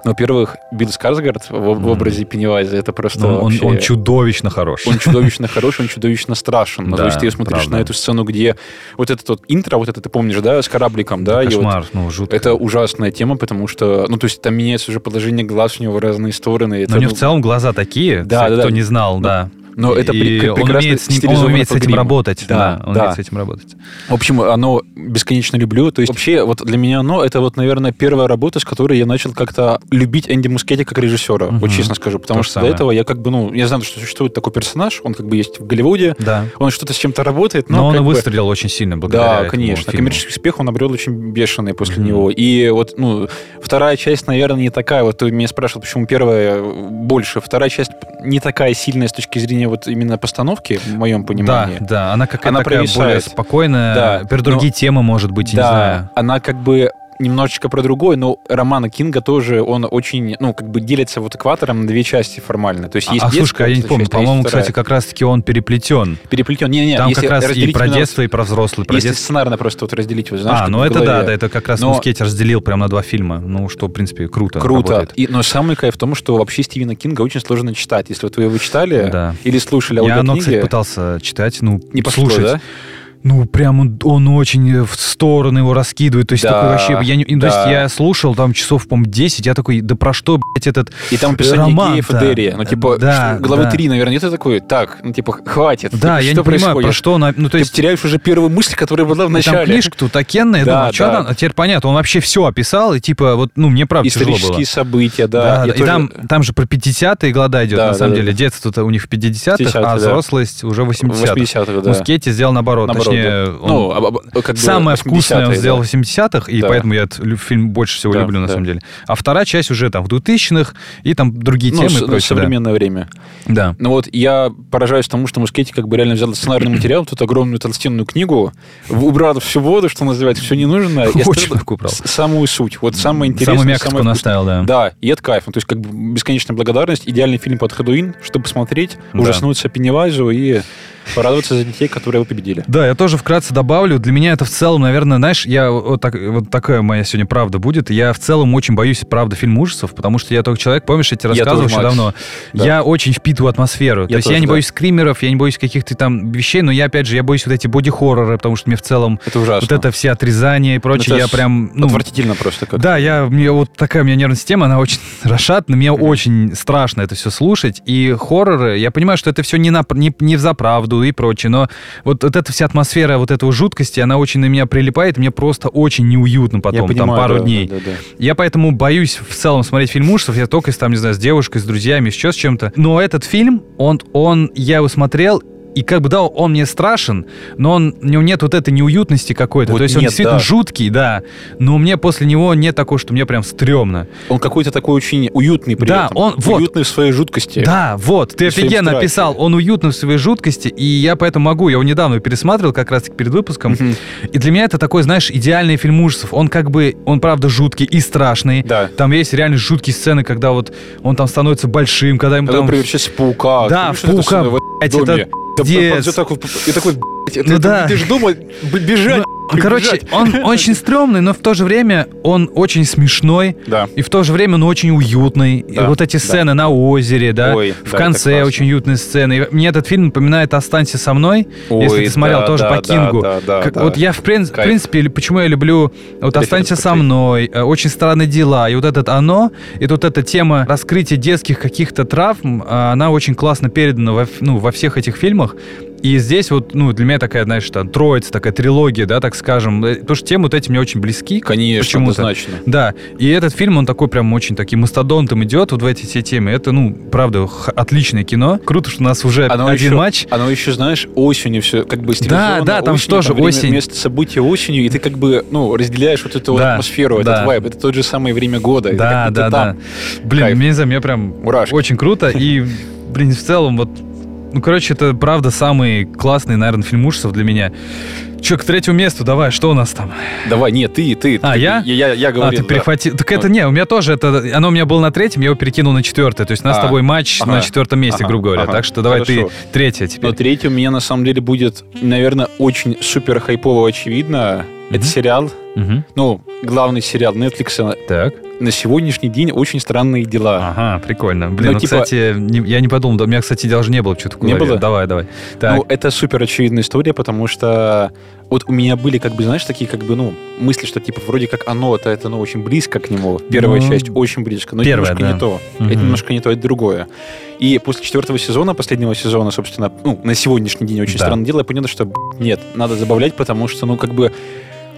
[SPEAKER 1] ну, во-первых, Билл Скарсгард в, в
[SPEAKER 2] Мгм. Ну,
[SPEAKER 1] образе Пеннивайза, это просто
[SPEAKER 2] Он- Он
[SPEAKER 1] вообще-
[SPEAKER 2] он чудовищно хорош.
[SPEAKER 1] он чудовищно хороший, он чудовищно страшен. Ну,
[SPEAKER 2] Да,
[SPEAKER 1] То есть ты смотришь
[SPEAKER 2] правда.
[SPEAKER 1] на эту сцену, где вот этот вот интро, вот это ты помнишь, да, с корабликом, да, и вот
[SPEAKER 2] Кошмар, ну, жутко.
[SPEAKER 1] это ужасная тема, потому что, ну, то есть там меняется уже положение глаз у него в разные стороны. Это,
[SPEAKER 2] Но у него
[SPEAKER 1] ну,
[SPEAKER 2] в целом глаза такие,
[SPEAKER 1] Да,
[SPEAKER 2] кстати,
[SPEAKER 1] да,
[SPEAKER 2] кто
[SPEAKER 1] да.
[SPEAKER 2] не знал,
[SPEAKER 1] Ну,
[SPEAKER 2] да.
[SPEAKER 1] но это
[SPEAKER 2] И
[SPEAKER 1] пре-
[SPEAKER 2] он
[SPEAKER 1] прекрасно
[SPEAKER 2] умеет, с ним, он
[SPEAKER 1] стилизовано
[SPEAKER 2] умеет с
[SPEAKER 1] под
[SPEAKER 2] этим
[SPEAKER 1] грим.
[SPEAKER 2] работать. Да,
[SPEAKER 1] Да,
[SPEAKER 2] он
[SPEAKER 1] да. Ну,
[SPEAKER 2] умеет с этим работать.
[SPEAKER 1] В общем, оно бесконечно люблю. То есть вообще вот для меня оно это вот, наверное, первая работа, с которой я начал как-то любить Энди Мускетти как режиссера.
[SPEAKER 2] Мгм.
[SPEAKER 1] Вот честно скажу, потому
[SPEAKER 2] То же
[SPEAKER 1] что
[SPEAKER 2] самое.
[SPEAKER 1] до этого я как бы ну я знал, что существует такой персонаж, он как бы есть в Голливуде,
[SPEAKER 2] Да.
[SPEAKER 1] он что-то с чем-то работает, но,
[SPEAKER 2] Но он
[SPEAKER 1] как
[SPEAKER 2] и
[SPEAKER 1] бы-
[SPEAKER 2] выстрелил очень сильно благодаря
[SPEAKER 1] Да,
[SPEAKER 2] этому
[SPEAKER 1] конечно.
[SPEAKER 2] фильму.
[SPEAKER 1] Коммерческий успех он обрел очень бешеный после
[SPEAKER 2] Мгм.
[SPEAKER 1] него. И вот, ну, вторая часть, наверное, не такая. Вот ты меня спрашивал, почему первая больше. Вторая часть не такая сильная с точки зрения вот именно постановки, в моем
[SPEAKER 2] Да,
[SPEAKER 1] понимании.
[SPEAKER 2] да, она какая-то
[SPEAKER 1] Она
[SPEAKER 2] такая более
[SPEAKER 1] провисает.
[SPEAKER 2] спокойная,
[SPEAKER 1] Да,
[SPEAKER 2] теперь другие темы, может быть, я не знаю.
[SPEAKER 1] она как бы немножечко про другое, но романа Кинга тоже, он очень, ну, как бы делится вот экватором на две части формально. То есть есть
[SPEAKER 2] а,
[SPEAKER 1] детская
[SPEAKER 2] слушай, а я не
[SPEAKER 1] часть,
[SPEAKER 2] помню.
[SPEAKER 1] а есть
[SPEAKER 2] По-моему,
[SPEAKER 1] вторая.
[SPEAKER 2] кстати, как раз-таки он переплетен.
[SPEAKER 1] переплетен. Не, не,
[SPEAKER 2] Там как раз и про детство, и про взрослый. Про
[SPEAKER 1] Если
[SPEAKER 2] детство.
[SPEAKER 1] сценарно просто вот разделить, вот, знаешь,
[SPEAKER 2] а,
[SPEAKER 1] как
[SPEAKER 2] ну
[SPEAKER 1] в
[SPEAKER 2] это да,
[SPEAKER 1] голове.
[SPEAKER 2] да, это как раз
[SPEAKER 1] Но-
[SPEAKER 2] Мускетти разделил прям на два фильма. Ну, что, в принципе, круто.
[SPEAKER 1] Круто.
[SPEAKER 2] работает.
[SPEAKER 1] И, но самый кайф в том, что вообще Стивена Кинга очень сложно читать. Если вот вы его читали
[SPEAKER 2] Да.
[SPEAKER 1] или слушали
[SPEAKER 2] Я оно,
[SPEAKER 1] аудиокниги,
[SPEAKER 2] кстати, пытался читать, ну,
[SPEAKER 1] не пошло,
[SPEAKER 2] слушать.
[SPEAKER 1] да?
[SPEAKER 2] Ну, прям он, он очень э, в стороны его раскидывает. То есть,
[SPEAKER 1] Да,
[SPEAKER 2] такой вообще... Я, не- ну, то есть,
[SPEAKER 1] да.
[SPEAKER 2] я слушал там часов, по-моему, 10. Я такой, да про что, блядь, этот...
[SPEAKER 1] И там описание
[SPEAKER 2] Роман-то.
[SPEAKER 1] геев и Дерри. Ну, типа,
[SPEAKER 2] Э, Да,
[SPEAKER 1] что- главы
[SPEAKER 2] да.
[SPEAKER 1] три, наверное, это такой, так, ну, типа, хватит.
[SPEAKER 2] Да,
[SPEAKER 1] Типа,
[SPEAKER 2] я
[SPEAKER 1] что
[SPEAKER 2] не понимаю, про
[SPEAKER 1] происходит?
[SPEAKER 2] что он... Ну, то
[SPEAKER 1] Ты
[SPEAKER 2] есть,
[SPEAKER 1] теряешь уже первую мысль, которая была в
[SPEAKER 2] там
[SPEAKER 1] начале.
[SPEAKER 2] книжка-то такенная.
[SPEAKER 1] Да,
[SPEAKER 2] я думаю, что
[SPEAKER 1] да.
[SPEAKER 2] там? А теперь понятно, он вообще все описал. И типа, вот, ну, мне правда тяжело было.
[SPEAKER 1] Исторические события, да.
[SPEAKER 2] Да,
[SPEAKER 1] Я
[SPEAKER 2] да. и
[SPEAKER 1] тоже-
[SPEAKER 2] там, там же про 50-е года идет,
[SPEAKER 1] Да,
[SPEAKER 2] на
[SPEAKER 1] да,
[SPEAKER 2] самом
[SPEAKER 1] да,
[SPEAKER 2] деле. Детство-то у них в 50-х,
[SPEAKER 1] 50-е,
[SPEAKER 2] а
[SPEAKER 1] да.
[SPEAKER 2] взрослость уже в 80-х.
[SPEAKER 1] 80-х, да.
[SPEAKER 2] Мускетти сделал наоборот.
[SPEAKER 1] Наоборот,
[SPEAKER 2] точнее,
[SPEAKER 1] да.
[SPEAKER 2] он-
[SPEAKER 1] Ну, а- а- как бы
[SPEAKER 2] самое
[SPEAKER 1] 80-е,
[SPEAKER 2] вкусное он
[SPEAKER 1] да.
[SPEAKER 2] сделал в 80-х, и
[SPEAKER 1] Да.
[SPEAKER 2] поэтому я этот лю- фильм больше всего
[SPEAKER 1] Да,
[SPEAKER 2] люблю, на
[SPEAKER 1] да.
[SPEAKER 2] самом деле. А вторая часть уже там в 2000-х, и там другие
[SPEAKER 1] Ну,
[SPEAKER 2] темы
[SPEAKER 1] с-
[SPEAKER 2] и прочее.
[SPEAKER 1] современное время.
[SPEAKER 2] Да. Да.
[SPEAKER 1] Ну вот я поражаюсь тому, что Мускетти как бы реально взял сценарный материал, тут огромную толстенную книгу, в- убрал всю воду, что называется, все ненужное. и
[SPEAKER 2] Очень
[SPEAKER 1] оставил
[SPEAKER 2] легко убрал.
[SPEAKER 1] с- Самую суть, вот самое интересное.
[SPEAKER 2] Самую мякотку
[SPEAKER 1] ну, самое вкусное.
[SPEAKER 2] наставил, да.
[SPEAKER 1] Да, и это кайф. Ну, то есть как бы бесконечная благодарность, идеальный фильм под Хедуин, чтобы посмотреть,
[SPEAKER 2] Да.
[SPEAKER 1] ужаснуться Пеннивайзу и порадоваться за детей, которые его победили.
[SPEAKER 2] Да, я тоже вкратце добавлю. Для меня это в целом, наверное, знаешь, я вот, так- вот такая моя сегодня правда будет. Я в целом очень боюсь, правда, фильм ужасов, потому что я только человек, помнишь, я тебе
[SPEAKER 1] Я
[SPEAKER 2] рассказывал
[SPEAKER 1] тоже,
[SPEAKER 2] еще
[SPEAKER 1] Макс.
[SPEAKER 2] давно.
[SPEAKER 1] Да.
[SPEAKER 2] Я очень впитываю атмосферу. То
[SPEAKER 1] Я
[SPEAKER 2] есть я
[SPEAKER 1] тоже,
[SPEAKER 2] не
[SPEAKER 1] да.
[SPEAKER 2] боюсь скримеров, я не боюсь каких-то там вещей, но я, опять же, я боюсь вот эти боди-хорроры, потому что мне в целом
[SPEAKER 1] Это ужасно.
[SPEAKER 2] вот это все отрезания и прочее,
[SPEAKER 1] Это
[SPEAKER 2] я
[SPEAKER 1] ж
[SPEAKER 2] прям... ну,
[SPEAKER 1] Отвратительно просто как.
[SPEAKER 2] да, я, мне вот такая у меня нервная система, она очень расшатана, мне очень страшно это все слушать. И хорроры, я понимаю, что это все не, на, не, не взаправду и прочее, но вот, вот эта вся атмосфера вот этого жуткости, она очень на меня прилипает, и мне просто очень неуютно потом,
[SPEAKER 1] Я понимаю,
[SPEAKER 2] там пару
[SPEAKER 1] да,
[SPEAKER 2] дней.
[SPEAKER 1] да, да, да.
[SPEAKER 2] Я поэтому боюсь в целом смотреть фильм ужасов. Я только, с, там, не знаю, с девушкой, с друзьями, еще с чем-то. Но этот фильм, он, он, я его смотрел, и как бы, да, он мне страшен, но он, у него нет вот этой неуютности какой-то.
[SPEAKER 1] Вот
[SPEAKER 2] То есть он
[SPEAKER 1] нет,
[SPEAKER 2] действительно
[SPEAKER 1] да.
[SPEAKER 2] жуткий, да. Но мне после него нет такого, что мне прям стрёмно.
[SPEAKER 1] Он какой-то такой очень уютный при
[SPEAKER 2] Да,
[SPEAKER 1] этом.
[SPEAKER 2] он- вот.
[SPEAKER 1] Уютный в своей жуткости.
[SPEAKER 2] Да, вот, ты
[SPEAKER 1] Типа. И в своем
[SPEAKER 2] офигенно
[SPEAKER 1] страхе.
[SPEAKER 2] описал. Он уютно в своей жуткости, и я поэтому могу. Я его недавно пересматривал как раз таки перед выпуском.
[SPEAKER 1] Мгм.
[SPEAKER 2] И для меня это такой, знаешь, идеальный фильм ужасов. Он как бы, он правда жуткий и страшный.
[SPEAKER 1] Да.
[SPEAKER 2] Там есть реально жуткие сцены, когда вот он там становится большим, когда ему
[SPEAKER 1] Когда он
[SPEAKER 2] там...
[SPEAKER 1] превращается в паука.
[SPEAKER 2] Да,
[SPEAKER 1] Ты
[SPEAKER 2] в
[SPEAKER 1] видишь,
[SPEAKER 2] паука,
[SPEAKER 1] это всё в
[SPEAKER 2] блядь, это
[SPEAKER 1] доме? Да,
[SPEAKER 2] пиздец.
[SPEAKER 1] ты такой, и такой, блядь, это-
[SPEAKER 2] Ну
[SPEAKER 1] это
[SPEAKER 2] да. Ну,
[SPEAKER 1] Ты же дома б- бежать. блядь,
[SPEAKER 2] Короче,
[SPEAKER 1] бежать.
[SPEAKER 2] он очень стрёмный, но в то же время он очень смешной,
[SPEAKER 1] Да.
[SPEAKER 2] и в то же время он очень уютный. И
[SPEAKER 1] Да,
[SPEAKER 2] вот эти
[SPEAKER 1] да.
[SPEAKER 2] сцены на озере, да,
[SPEAKER 1] Ой,
[SPEAKER 2] в
[SPEAKER 1] да, это
[SPEAKER 2] конце
[SPEAKER 1] классно.
[SPEAKER 2] очень уютные сцены. И мне этот фильм напоминает «Останься со мной», если
[SPEAKER 1] Ой,
[SPEAKER 2] ты смотрел
[SPEAKER 1] да,
[SPEAKER 2] тоже
[SPEAKER 1] да, да,
[SPEAKER 2] по Кингу.
[SPEAKER 1] да, да,
[SPEAKER 2] Как-
[SPEAKER 1] да.
[SPEAKER 2] Вот я, в, прин- в
[SPEAKER 1] Кайф.
[SPEAKER 2] принципе, или почему я люблю вот
[SPEAKER 1] Референс
[SPEAKER 2] «Останься со
[SPEAKER 1] крутые.
[SPEAKER 2] мной», э, «Очень странные дела», и вот этот «Оно», и вот эта тема раскрытия детских каких-то травм, э, она очень классно передана во, ф- ну, во всех этих фильмах. И здесь вот, ну, для меня такая, знаешь, там, троица, такая трилогия, да, так скажем. Э, Потому что темы вот эти мне очень близки.
[SPEAKER 1] Конечно,
[SPEAKER 2] Почему-то.
[SPEAKER 1] однозначно.
[SPEAKER 2] Да, и этот фильм, он такой прям очень таким мастодонтом идет вот в эти все темы. Это, ну, правда, х- отличное кино. Круто, что у нас уже Э, один
[SPEAKER 1] еще,
[SPEAKER 2] матч.
[SPEAKER 1] Оно еще, знаешь, осенью все как бы стилизовано.
[SPEAKER 2] да, там
[SPEAKER 1] осенью,
[SPEAKER 2] тоже
[SPEAKER 1] время-
[SPEAKER 2] осень.
[SPEAKER 1] Место события осенью, и ты как бы, ну, разделяешь вот эту вот
[SPEAKER 2] Да,
[SPEAKER 1] атмосферу,
[SPEAKER 2] да.
[SPEAKER 1] этот вайб. Это тот же самое время года. это
[SPEAKER 2] Да,
[SPEAKER 1] как будто
[SPEAKER 2] да, да.
[SPEAKER 1] там.
[SPEAKER 2] Блин,
[SPEAKER 1] Кайф.
[SPEAKER 2] мне не знаю, мне прям
[SPEAKER 1] Мурашки.
[SPEAKER 2] очень круто. И, блин, в целом, вот, ну, короче, это правда самый классный, наверное, фильм ужасов для меня. Че, к третьему месту, давай, что у нас там?
[SPEAKER 1] Давай, нет, ты, ты.
[SPEAKER 2] А,
[SPEAKER 1] ты-
[SPEAKER 2] я?
[SPEAKER 1] Я, я
[SPEAKER 2] А,
[SPEAKER 1] говорил.
[SPEAKER 2] ты
[SPEAKER 1] да.
[SPEAKER 2] перехватил. Так это не, у меня тоже это. Оно у меня было на третьем, я его перекинул на четвертое. То есть у нас с
[SPEAKER 1] А,
[SPEAKER 2] тобой матч
[SPEAKER 1] ага,
[SPEAKER 2] на четвертом месте,
[SPEAKER 1] ага,
[SPEAKER 2] грубо говоря.
[SPEAKER 1] ага.
[SPEAKER 2] так что давай
[SPEAKER 1] Хорошо. Ну,
[SPEAKER 2] ты третье теперь.
[SPEAKER 1] Но третий у меня на самом деле будет, наверное, очень супер хайпово очевидно.
[SPEAKER 2] Мгм.
[SPEAKER 1] Это сериал,
[SPEAKER 2] Мгм.
[SPEAKER 1] ну, главный сериал Netflix
[SPEAKER 2] Так.
[SPEAKER 1] на сегодняшний день «Очень странные дела».
[SPEAKER 2] Ага, прикольно. Блин,
[SPEAKER 1] Ну,
[SPEAKER 2] ну,
[SPEAKER 1] типа-
[SPEAKER 2] кстати, не- я не подумал, да, у меня, кстати, даже не было что-то в
[SPEAKER 1] Не
[SPEAKER 2] голове.
[SPEAKER 1] было?
[SPEAKER 2] Давай, давай. Так.
[SPEAKER 1] Ну, это супер очевидная история, потому что вот у меня были, как бы, знаешь, такие, как бы, ну, мысли, что, типа, вроде как оно, это, это, ну, очень близко к нему. Первая
[SPEAKER 2] Ну,
[SPEAKER 1] часть очень близко, но это
[SPEAKER 2] первая,
[SPEAKER 1] немножко
[SPEAKER 2] да.
[SPEAKER 1] не то. Это
[SPEAKER 2] Мгм.
[SPEAKER 1] немножко не то, это другое. И после четвертого сезона, последнего сезона, собственно, ну, на сегодняшний день очень
[SPEAKER 2] Да.
[SPEAKER 1] странное дело, я понял, что, б, нет, надо забавлять, потому что, ну, как бы,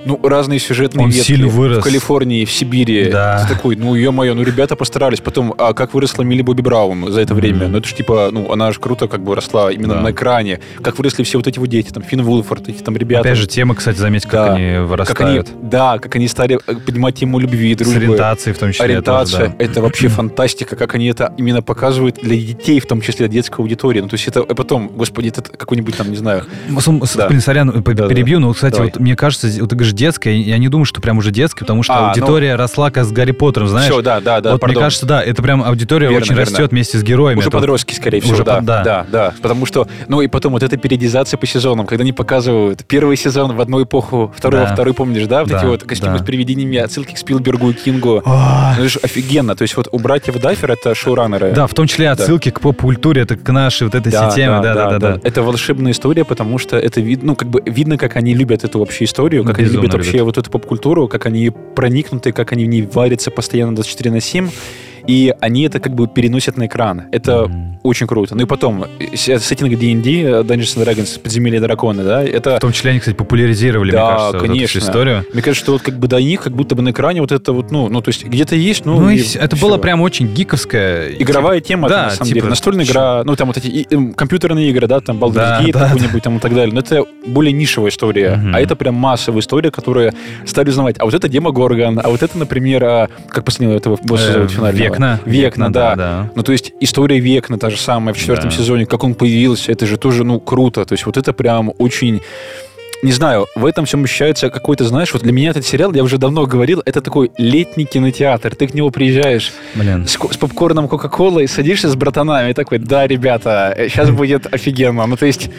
[SPEAKER 1] ну, разные сюжетные
[SPEAKER 2] Он
[SPEAKER 1] ветки.
[SPEAKER 2] сильно вырос.
[SPEAKER 1] В Калифорнии, в Сибири.
[SPEAKER 2] Да.
[SPEAKER 1] Ты такой, ну, ё-моё, ну, ребята постарались. Потом, а как выросла Милли Бобби Браун за это
[SPEAKER 2] Мгм.
[SPEAKER 1] время? Ну, это же, типа, ну, она же круто как бы росла именно
[SPEAKER 2] Да.
[SPEAKER 1] на экране. Как выросли все вот эти вот дети, там, Финн Вулфорд, эти там ребята.
[SPEAKER 2] Опять же, типа, тема, кстати, заметь, как
[SPEAKER 1] Да.
[SPEAKER 2] они
[SPEAKER 1] как они,
[SPEAKER 2] вырастают.
[SPEAKER 1] да, как они стали э, поднимать тему любви,
[SPEAKER 2] С
[SPEAKER 1] дружбы.
[SPEAKER 2] ориентацией в том числе.
[SPEAKER 1] Ориентация
[SPEAKER 2] тоже, да.
[SPEAKER 1] это вообще фантастика, как они это именно показывают для детей, в том числе для детской аудитории. Ну, то есть это э, потом, господи, это какой-нибудь там, не знаю,
[SPEAKER 2] Ну, С- с-
[SPEAKER 1] Да.
[SPEAKER 2] Блин, сорян, п-
[SPEAKER 1] Да-да.
[SPEAKER 2] перебью, но, кстати,
[SPEAKER 1] Давай.
[SPEAKER 2] вот мне кажется, зи- вот ты говоришь, детское. Я не думаю, что прям уже детское, потому что
[SPEAKER 1] А,
[SPEAKER 2] аудитория росла как с Гарри Поттером, знаешь.
[SPEAKER 1] Все, да, да, да.
[SPEAKER 2] вот
[SPEAKER 1] пардон.
[SPEAKER 2] мне кажется, да, это прям аудитория
[SPEAKER 1] Верно,
[SPEAKER 2] очень
[SPEAKER 1] верно.
[SPEAKER 2] растет вместе с героями.
[SPEAKER 1] Уже
[SPEAKER 2] этого.
[SPEAKER 1] подростки, скорее всего,
[SPEAKER 2] Уже
[SPEAKER 1] да,
[SPEAKER 2] под- да.
[SPEAKER 1] да. Да, Потому что, ну и потом вот эта периодизация по сезонам, когда они показывают первый сезон в одну эпоху, второй во
[SPEAKER 2] Да.
[SPEAKER 1] второй, помнишь, да? Вот
[SPEAKER 2] Да,
[SPEAKER 1] эти вот костюмы
[SPEAKER 2] да.
[SPEAKER 1] с привидениями, отсылки к Спилбергу и Кингу.
[SPEAKER 2] А,
[SPEAKER 1] Ну, это же офигенно. То есть вот у братьев Даффер это шоураннеры.
[SPEAKER 2] Да, в том числе отсылки к поп-культуре, это к нашей вот этой системе, да-да-да.
[SPEAKER 1] Это волшебная история, потому что это видно, ну, как бы видно, как они любят эту вообще историю, как они
[SPEAKER 2] Безумно
[SPEAKER 1] любят вообще
[SPEAKER 2] любят.
[SPEAKER 1] вот эту поп-культуру, как они проникнуты, как они в ней варятся постоянно 24 на 7. И они это как бы переносят на экран. Это
[SPEAKER 2] Мгм.
[SPEAKER 1] очень круто. Ну и потом, э, с- сеттинг D&D, э, Dungeons and Dragons, подземелье дракона, да, это...
[SPEAKER 2] В том числе они, кстати, популяризировали,
[SPEAKER 1] Да,
[SPEAKER 2] мне кажется, вот эту
[SPEAKER 1] конечно.
[SPEAKER 2] всю историю.
[SPEAKER 1] Мне кажется, что вот как бы до них, как будто бы на экране вот это вот, ну, ну то есть где-то есть, ну...
[SPEAKER 2] Ну, и
[SPEAKER 1] и
[SPEAKER 2] всё. это
[SPEAKER 1] всё.
[SPEAKER 2] было прям очень гиковская
[SPEAKER 1] Игровая тема,
[SPEAKER 2] Да,
[SPEAKER 1] на самом
[SPEAKER 2] типа,
[SPEAKER 1] деле. Настольная
[SPEAKER 2] чё?
[SPEAKER 1] игра, ну, там вот эти и, эм, компьютерные игры, да, там Baldur's
[SPEAKER 2] Да,
[SPEAKER 1] Gate
[SPEAKER 2] да,
[SPEAKER 1] какой-нибудь там и так далее. Но это более нишевая история.
[SPEAKER 2] Мгм.
[SPEAKER 1] А это прям массовая история, которая стали узнавать. А вот это Демогоргон, а вот это, например, а, как последнего этого босса
[SPEAKER 2] Э,
[SPEAKER 1] зовут финального?
[SPEAKER 2] Векна.
[SPEAKER 1] Векна, да.
[SPEAKER 2] да.
[SPEAKER 1] Ну, то есть история Векна та же самая в четвертом
[SPEAKER 2] Да.
[SPEAKER 1] сезоне, как он появился, это же тоже, ну, круто. То есть вот это прям очень... Не знаю, в этом всем ощущается какой-то, знаешь, вот для меня этот сериал, я уже давно говорил, это такой летний кинотеатр. Ты к нему приезжаешь,
[SPEAKER 2] Блин.
[SPEAKER 1] с, ко- с попкорном Кока-Колы, садишься с братанами и такой, да, ребята, сейчас будет офигенно. Ну, то есть,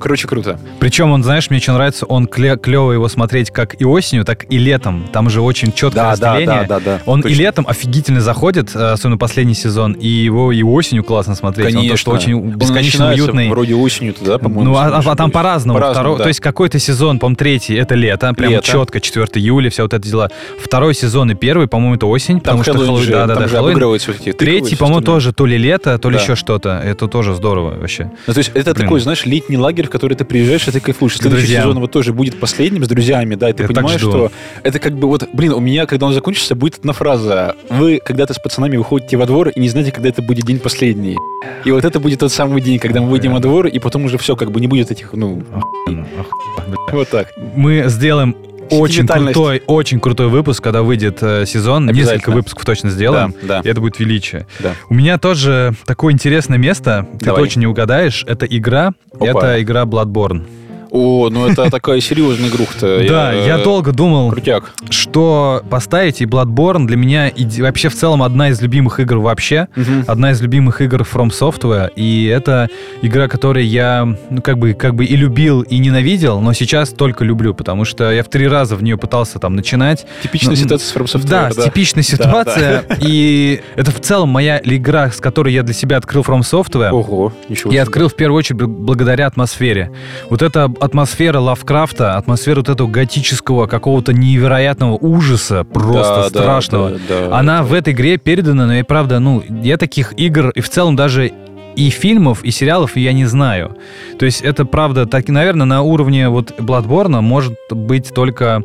[SPEAKER 1] короче, круто.
[SPEAKER 2] Причем он, знаешь, мне что нравится, он клево его смотреть как и осенью, так и летом. Там же очень четкое разделение.
[SPEAKER 1] да, да.
[SPEAKER 2] Он и
[SPEAKER 1] Точно.
[SPEAKER 2] летом офигительно заходит, э, особенно последний сезон, и его и осенью классно смотреть. Он то, что очень
[SPEAKER 1] Он
[SPEAKER 2] бесконечно
[SPEAKER 1] начинается
[SPEAKER 2] уютный.
[SPEAKER 1] Вроде осенью туда, по-моему.
[SPEAKER 2] Ну, а,
[SPEAKER 1] если не
[SPEAKER 2] а- а там
[SPEAKER 1] ошибаюсь.
[SPEAKER 2] по-разному.
[SPEAKER 1] По-разному,
[SPEAKER 2] Второй-
[SPEAKER 1] да.
[SPEAKER 2] То есть какой-то сезон, по-моему, третий это лето, прям
[SPEAKER 1] Лето.
[SPEAKER 2] четко, 4 июля, все вот это дела. Второй сезон и первый, по-моему, это осень,
[SPEAKER 1] там
[SPEAKER 2] потому что
[SPEAKER 1] Хэллоуин
[SPEAKER 2] Хэллоуин-
[SPEAKER 1] же,
[SPEAKER 2] да, да,
[SPEAKER 1] там
[SPEAKER 2] да,
[SPEAKER 1] же
[SPEAKER 2] Хэллоуин.
[SPEAKER 1] обыгрывается вот эти тыквы и
[SPEAKER 2] Третий,
[SPEAKER 1] всё
[SPEAKER 2] по-моему,
[SPEAKER 1] остальное.
[SPEAKER 2] тоже то ли лето, то ли
[SPEAKER 1] Да.
[SPEAKER 2] еще что-то. Это тоже здорово вообще.
[SPEAKER 1] Ну, то есть это
[SPEAKER 2] Блин.
[SPEAKER 1] такой, знаешь, летний лагерь, в который ты приезжаешь, и ты кайфуешь. Следующий
[SPEAKER 2] друзьям.
[SPEAKER 1] сезон вот тоже будет последним с друзьями, да, и ты
[SPEAKER 2] Я так
[SPEAKER 1] понимаешь,
[SPEAKER 2] жду.
[SPEAKER 1] что это как бы вот, блин, у меня, когда он закончится, будет одна фраза. Вы когда-то с пацанами выходите во двор и не знаете, когда это будет день последний. И вот это будет тот самый день, когда мы выйдем во двор, и потом уже все, как бы не будет этих, ну, вот так.
[SPEAKER 2] Мы сделаем очень
[SPEAKER 1] Сентиментальность.
[SPEAKER 2] крутой, очень крутой выпуск, когда выйдет э, сезон.
[SPEAKER 1] Обязательно.
[SPEAKER 2] Несколько выпусков точно сделаем.
[SPEAKER 1] Да,
[SPEAKER 2] И это будет величие.
[SPEAKER 1] Да.
[SPEAKER 2] У меня тоже такое интересное место, ты
[SPEAKER 1] Давай.
[SPEAKER 2] точно не угадаешь, это игра,
[SPEAKER 1] Опа.
[SPEAKER 2] это игра Bloodborne.
[SPEAKER 1] О, ну это такая серьезная игруха-то.
[SPEAKER 2] да, я
[SPEAKER 1] э,
[SPEAKER 2] долго думал,
[SPEAKER 1] Крутяк.
[SPEAKER 2] что поставить, и Bloodborne для меня иде- вообще в целом одна из любимых игр вообще.
[SPEAKER 1] Мгм.
[SPEAKER 2] Одна из любимых игр From Software, и это игра, которую я ну, как, бы, как бы и любил, и ненавидел, но сейчас только люблю, потому что я в три раза в нее пытался там начинать,
[SPEAKER 1] Типичная
[SPEAKER 2] Ну,
[SPEAKER 1] ситуация с From Software,
[SPEAKER 2] да, типичная ситуация.
[SPEAKER 1] Да,
[SPEAKER 2] И это в целом моя игра, с которой я для себя открыл From Software.
[SPEAKER 1] Ого, ничего
[SPEAKER 2] Я
[SPEAKER 1] себе.
[SPEAKER 2] открыл в первую очередь бл- благодаря атмосфере. Вот эта атмосфера Лавкрафта, атмосфера вот этого готического какого-то невероятного ужаса, просто
[SPEAKER 1] Да, да,
[SPEAKER 2] страшного.
[SPEAKER 1] да, да.
[SPEAKER 2] Она в этой игре передана, но и правда, ну, я таких игр и в целом даже и фильмов, и сериалов я не знаю. То есть это правда, так, наверное, на уровне вот Bloodborne может быть только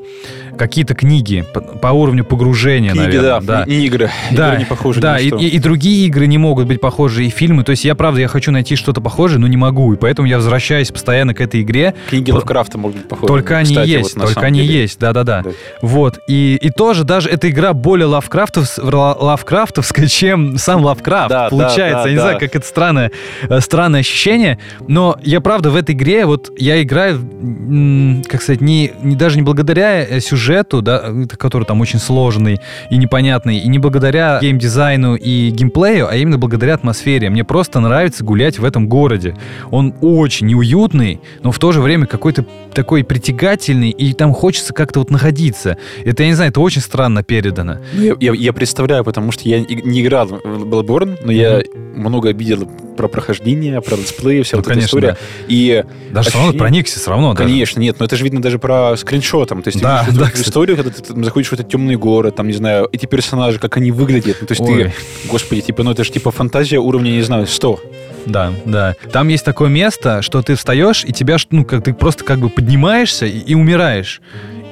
[SPEAKER 2] какие-то книги по, по уровню погружения,
[SPEAKER 1] Книги,
[SPEAKER 2] наверное.
[SPEAKER 1] да, и игры.
[SPEAKER 2] Да,
[SPEAKER 1] Игры не похожи ни
[SPEAKER 2] да,
[SPEAKER 1] на
[SPEAKER 2] и,
[SPEAKER 1] что.
[SPEAKER 2] и- и другие игры не могут быть похожи, и фильмы. То есть я, правда, я хочу найти что-то похожее, но не могу. И поэтому я возвращаюсь постоянно к этой игре.
[SPEAKER 1] Книги
[SPEAKER 2] Про-
[SPEAKER 1] Лавкрафта могут быть похожи.
[SPEAKER 2] только они
[SPEAKER 1] Кстати,
[SPEAKER 2] есть,
[SPEAKER 1] вот на
[SPEAKER 2] только
[SPEAKER 1] самом
[SPEAKER 2] они
[SPEAKER 1] деле.
[SPEAKER 2] есть, да-да-да.
[SPEAKER 1] Да.
[SPEAKER 2] Вот, и, и тоже даже эта игра более лавкрафтовс- ла- лавкрафтовская, чем сам Лавкрафт,
[SPEAKER 1] Да, да,
[SPEAKER 2] получается.
[SPEAKER 1] да,
[SPEAKER 2] я не
[SPEAKER 1] да.
[SPEAKER 2] знаю, как это странное, э, странное ощущение, но я, правда, в этой игре, вот я играю, м, как сказать, не, не- даже не благодаря э, сюжету, да, э, который там очень сложный и непонятный, и не благодаря геймдизайну и геймплею, а именно благодаря атмосфере. Мне просто нравится гулять в этом городе. Он очень неуютный, но в то же время какой-то такой притягательный, и там хочется как-то вот находиться. Это, я не знаю, это очень странно передано.
[SPEAKER 1] Ну, Я, я- я представляю, потому что я и- не играл в Bloodborne, но я много видел про прохождение, про летсплеи, вся
[SPEAKER 2] Ну,
[SPEAKER 1] вот эта
[SPEAKER 2] конечно,
[SPEAKER 1] история. И,
[SPEAKER 2] Даже все равно
[SPEAKER 1] Ощущение-
[SPEAKER 2] проникся, все равно. даже.
[SPEAKER 1] конечно, нет, но это же видно даже про скриншотом. То есть
[SPEAKER 2] Да,
[SPEAKER 1] ты видишь
[SPEAKER 2] да,
[SPEAKER 1] эту
[SPEAKER 2] кстати.
[SPEAKER 1] историю, когда ты там заходишь в этот темный город, там, не знаю, эти персонажи, как они выглядят. Ну, то есть
[SPEAKER 2] Ой.
[SPEAKER 1] ты, господи, типа, ну это же типа фантазия уровня, не знаю, 100.
[SPEAKER 2] Да, да. Там есть такое место, что ты встаешь, и тебя, ж- ну, как ты просто как бы поднимаешься и, и умираешь.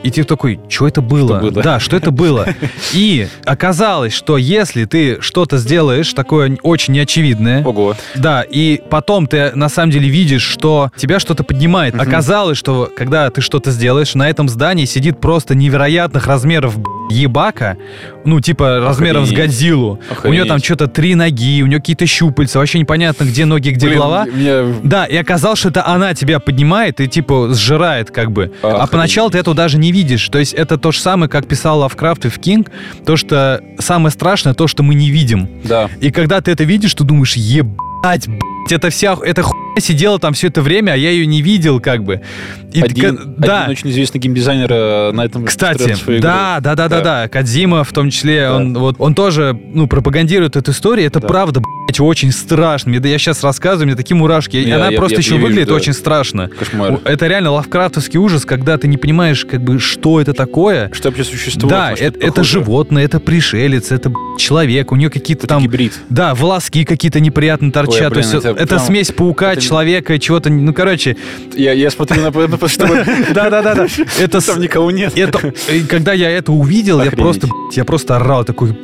[SPEAKER 2] И ты такой, что это было?
[SPEAKER 1] было?»
[SPEAKER 2] Да, что это было? И оказалось, что если ты что-то сделаешь такое очень неочевидное,
[SPEAKER 1] Ого.
[SPEAKER 2] да, и потом ты на самом деле видишь, что тебя что-то поднимает.
[SPEAKER 1] Мгм.
[SPEAKER 2] Оказалось, что когда ты что-то сделаешь, на этом здании сидит просто невероятных размеров б***ь, ебака, ну, типа размером с
[SPEAKER 1] Охренеть.
[SPEAKER 2] Годзиллу. У нее там
[SPEAKER 1] Охренеть.
[SPEAKER 2] что-то три ноги, у нее какие-то щупальца, вообще непонятно, где ноги, где
[SPEAKER 1] Блин,
[SPEAKER 2] голова.
[SPEAKER 1] меня-
[SPEAKER 2] Да, и оказалось, что это она тебя поднимает и типа сжирает как бы. А
[SPEAKER 1] Охренеть.
[SPEAKER 2] поначалу ты этого даже не не видишь. То есть это то же самое, как писал Лавкрафт и в Кинг, то, что самое страшное, то, что мы не видим.
[SPEAKER 1] Да.
[SPEAKER 2] И когда ты это видишь, ты думаешь, ебать, блядь, это вся, ху- эта хуйня сидела там все это время, а я ее не видел, как бы. И
[SPEAKER 1] Один,
[SPEAKER 2] к- да.
[SPEAKER 1] один очень известный геймдизайнер э, на этом
[SPEAKER 2] Кстати,
[SPEAKER 1] строил свою игру.
[SPEAKER 2] да, да, да, да,
[SPEAKER 1] Да.
[SPEAKER 2] да, Кадзима в том числе,
[SPEAKER 1] Да.
[SPEAKER 2] он вот он тоже ну пропагандирует эту историю, это
[SPEAKER 1] Да.
[SPEAKER 2] правда, блядь, очень страшно. Мне- Да я сейчас рассказываю, мне такие мурашки, И
[SPEAKER 1] Я-
[SPEAKER 2] она
[SPEAKER 1] я-
[SPEAKER 2] просто
[SPEAKER 1] я-
[SPEAKER 2] еще
[SPEAKER 1] я вижу,
[SPEAKER 2] выглядит
[SPEAKER 1] да.
[SPEAKER 2] очень страшно.
[SPEAKER 1] Кошмар.
[SPEAKER 2] Это реально лавкрафтовский ужас, когда ты не понимаешь, как бы, что это такое.
[SPEAKER 1] Что вообще существует?
[SPEAKER 2] да,
[SPEAKER 1] на
[SPEAKER 2] это,
[SPEAKER 1] что-то
[SPEAKER 2] это
[SPEAKER 1] похожее?
[SPEAKER 2] животное, это пришелец, это блядь, человек, у нее какие-то
[SPEAKER 1] Это
[SPEAKER 2] там
[SPEAKER 1] гибрид.
[SPEAKER 2] да, волоски какие-то неприятно
[SPEAKER 1] блин,
[SPEAKER 2] торчат. То есть это,
[SPEAKER 1] это прям-
[SPEAKER 2] смесь паука,
[SPEAKER 1] это-
[SPEAKER 2] человека, чего-то. Ну, короче,
[SPEAKER 1] Я, я смотрю на на- чтобы
[SPEAKER 2] да, да, да, да. Это, с-
[SPEAKER 1] там никого нет.
[SPEAKER 2] это, и когда я это увидел, я
[SPEAKER 1] Охренеть.
[SPEAKER 2] просто, блядь, я просто орал такой,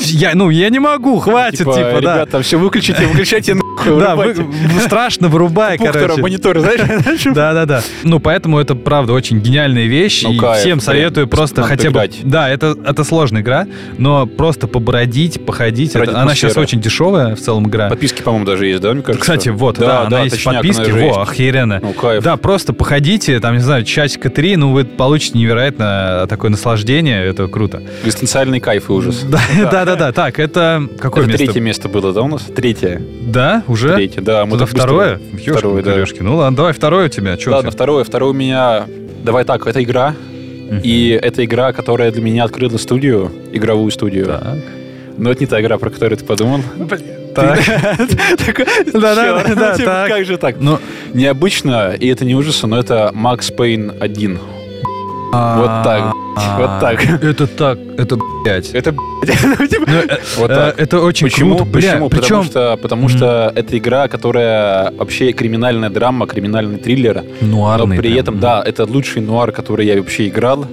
[SPEAKER 2] я, ну, я не могу, хватит, типа, да.
[SPEAKER 1] там все выключите, выключайте нахуй,
[SPEAKER 2] Да, вы-
[SPEAKER 1] вырубайте.
[SPEAKER 2] страшно вырубай,
[SPEAKER 1] Пунктора,
[SPEAKER 2] короче.
[SPEAKER 1] монитор, знаешь?
[SPEAKER 2] Да, да, да. Ну, поэтому это правда очень гениальная вещь.
[SPEAKER 1] Ну,
[SPEAKER 2] и
[SPEAKER 1] кайф,
[SPEAKER 2] всем
[SPEAKER 1] блин,
[SPEAKER 2] советую просто
[SPEAKER 1] надо
[SPEAKER 2] хотя бы.
[SPEAKER 1] поиграть.
[SPEAKER 2] Да, это, это сложная игра, но просто побродить, походить.
[SPEAKER 1] Ради
[SPEAKER 2] это- она сейчас
[SPEAKER 1] атмосферы.
[SPEAKER 2] очень дешевая в целом игра.
[SPEAKER 1] Подписки, по-моему, даже есть, да, мне кажется?
[SPEAKER 2] Кстати, вот, да, она есть в
[SPEAKER 1] точняк, она
[SPEAKER 2] подписке,
[SPEAKER 1] же
[SPEAKER 2] во,
[SPEAKER 1] есть.
[SPEAKER 2] охеренно.
[SPEAKER 1] Ну, кайф.
[SPEAKER 2] Да, просто походите, там, не знаю, часика три, ну, вы получите невероятно э, такое наслаждение, это круто.
[SPEAKER 1] Дистанциальный кайф и ужас.
[SPEAKER 2] Да, да, да, да. Так, это какое
[SPEAKER 1] Это
[SPEAKER 2] место?
[SPEAKER 1] третье место было, да, у нас? Третье.
[SPEAKER 2] Да, уже?
[SPEAKER 1] Третье, да. мы
[SPEAKER 2] Это
[SPEAKER 1] так быстро.
[SPEAKER 2] второе?
[SPEAKER 1] Второе, да.
[SPEAKER 2] Ёшки, Ну ладно, давай второе у тебя. Чё у
[SPEAKER 1] Ладно,
[SPEAKER 2] тебя?
[SPEAKER 1] второе. Второе у меня... Давай так, это игра. И это игра, которая для меня открыла студию, игровую студию. Но это не та игра, про которую ты подумал.
[SPEAKER 2] Так. Да, да,
[SPEAKER 1] Чёрт,
[SPEAKER 2] да,
[SPEAKER 1] типа,
[SPEAKER 2] так.
[SPEAKER 1] Как же так?
[SPEAKER 2] Ну,
[SPEAKER 1] Необычно, и это не ужаса, но это Max Payne 1. Вот так, вот так.
[SPEAKER 2] А, Это так, это, блядь.
[SPEAKER 1] Это, блядь, ну, типа, вот
[SPEAKER 2] Э,
[SPEAKER 1] так.
[SPEAKER 2] Это очень
[SPEAKER 1] Почему?
[SPEAKER 2] круто, бля.
[SPEAKER 1] Почему?
[SPEAKER 2] Причем,
[SPEAKER 1] Потому что, потому
[SPEAKER 2] Мгм.
[SPEAKER 1] что это игра, которая вообще криминальная драма, криминальный триллер. Но
[SPEAKER 2] нуарный.
[SPEAKER 1] при
[SPEAKER 2] прям.
[SPEAKER 1] этом, да, Ну. это лучший нуар, который я вообще играл.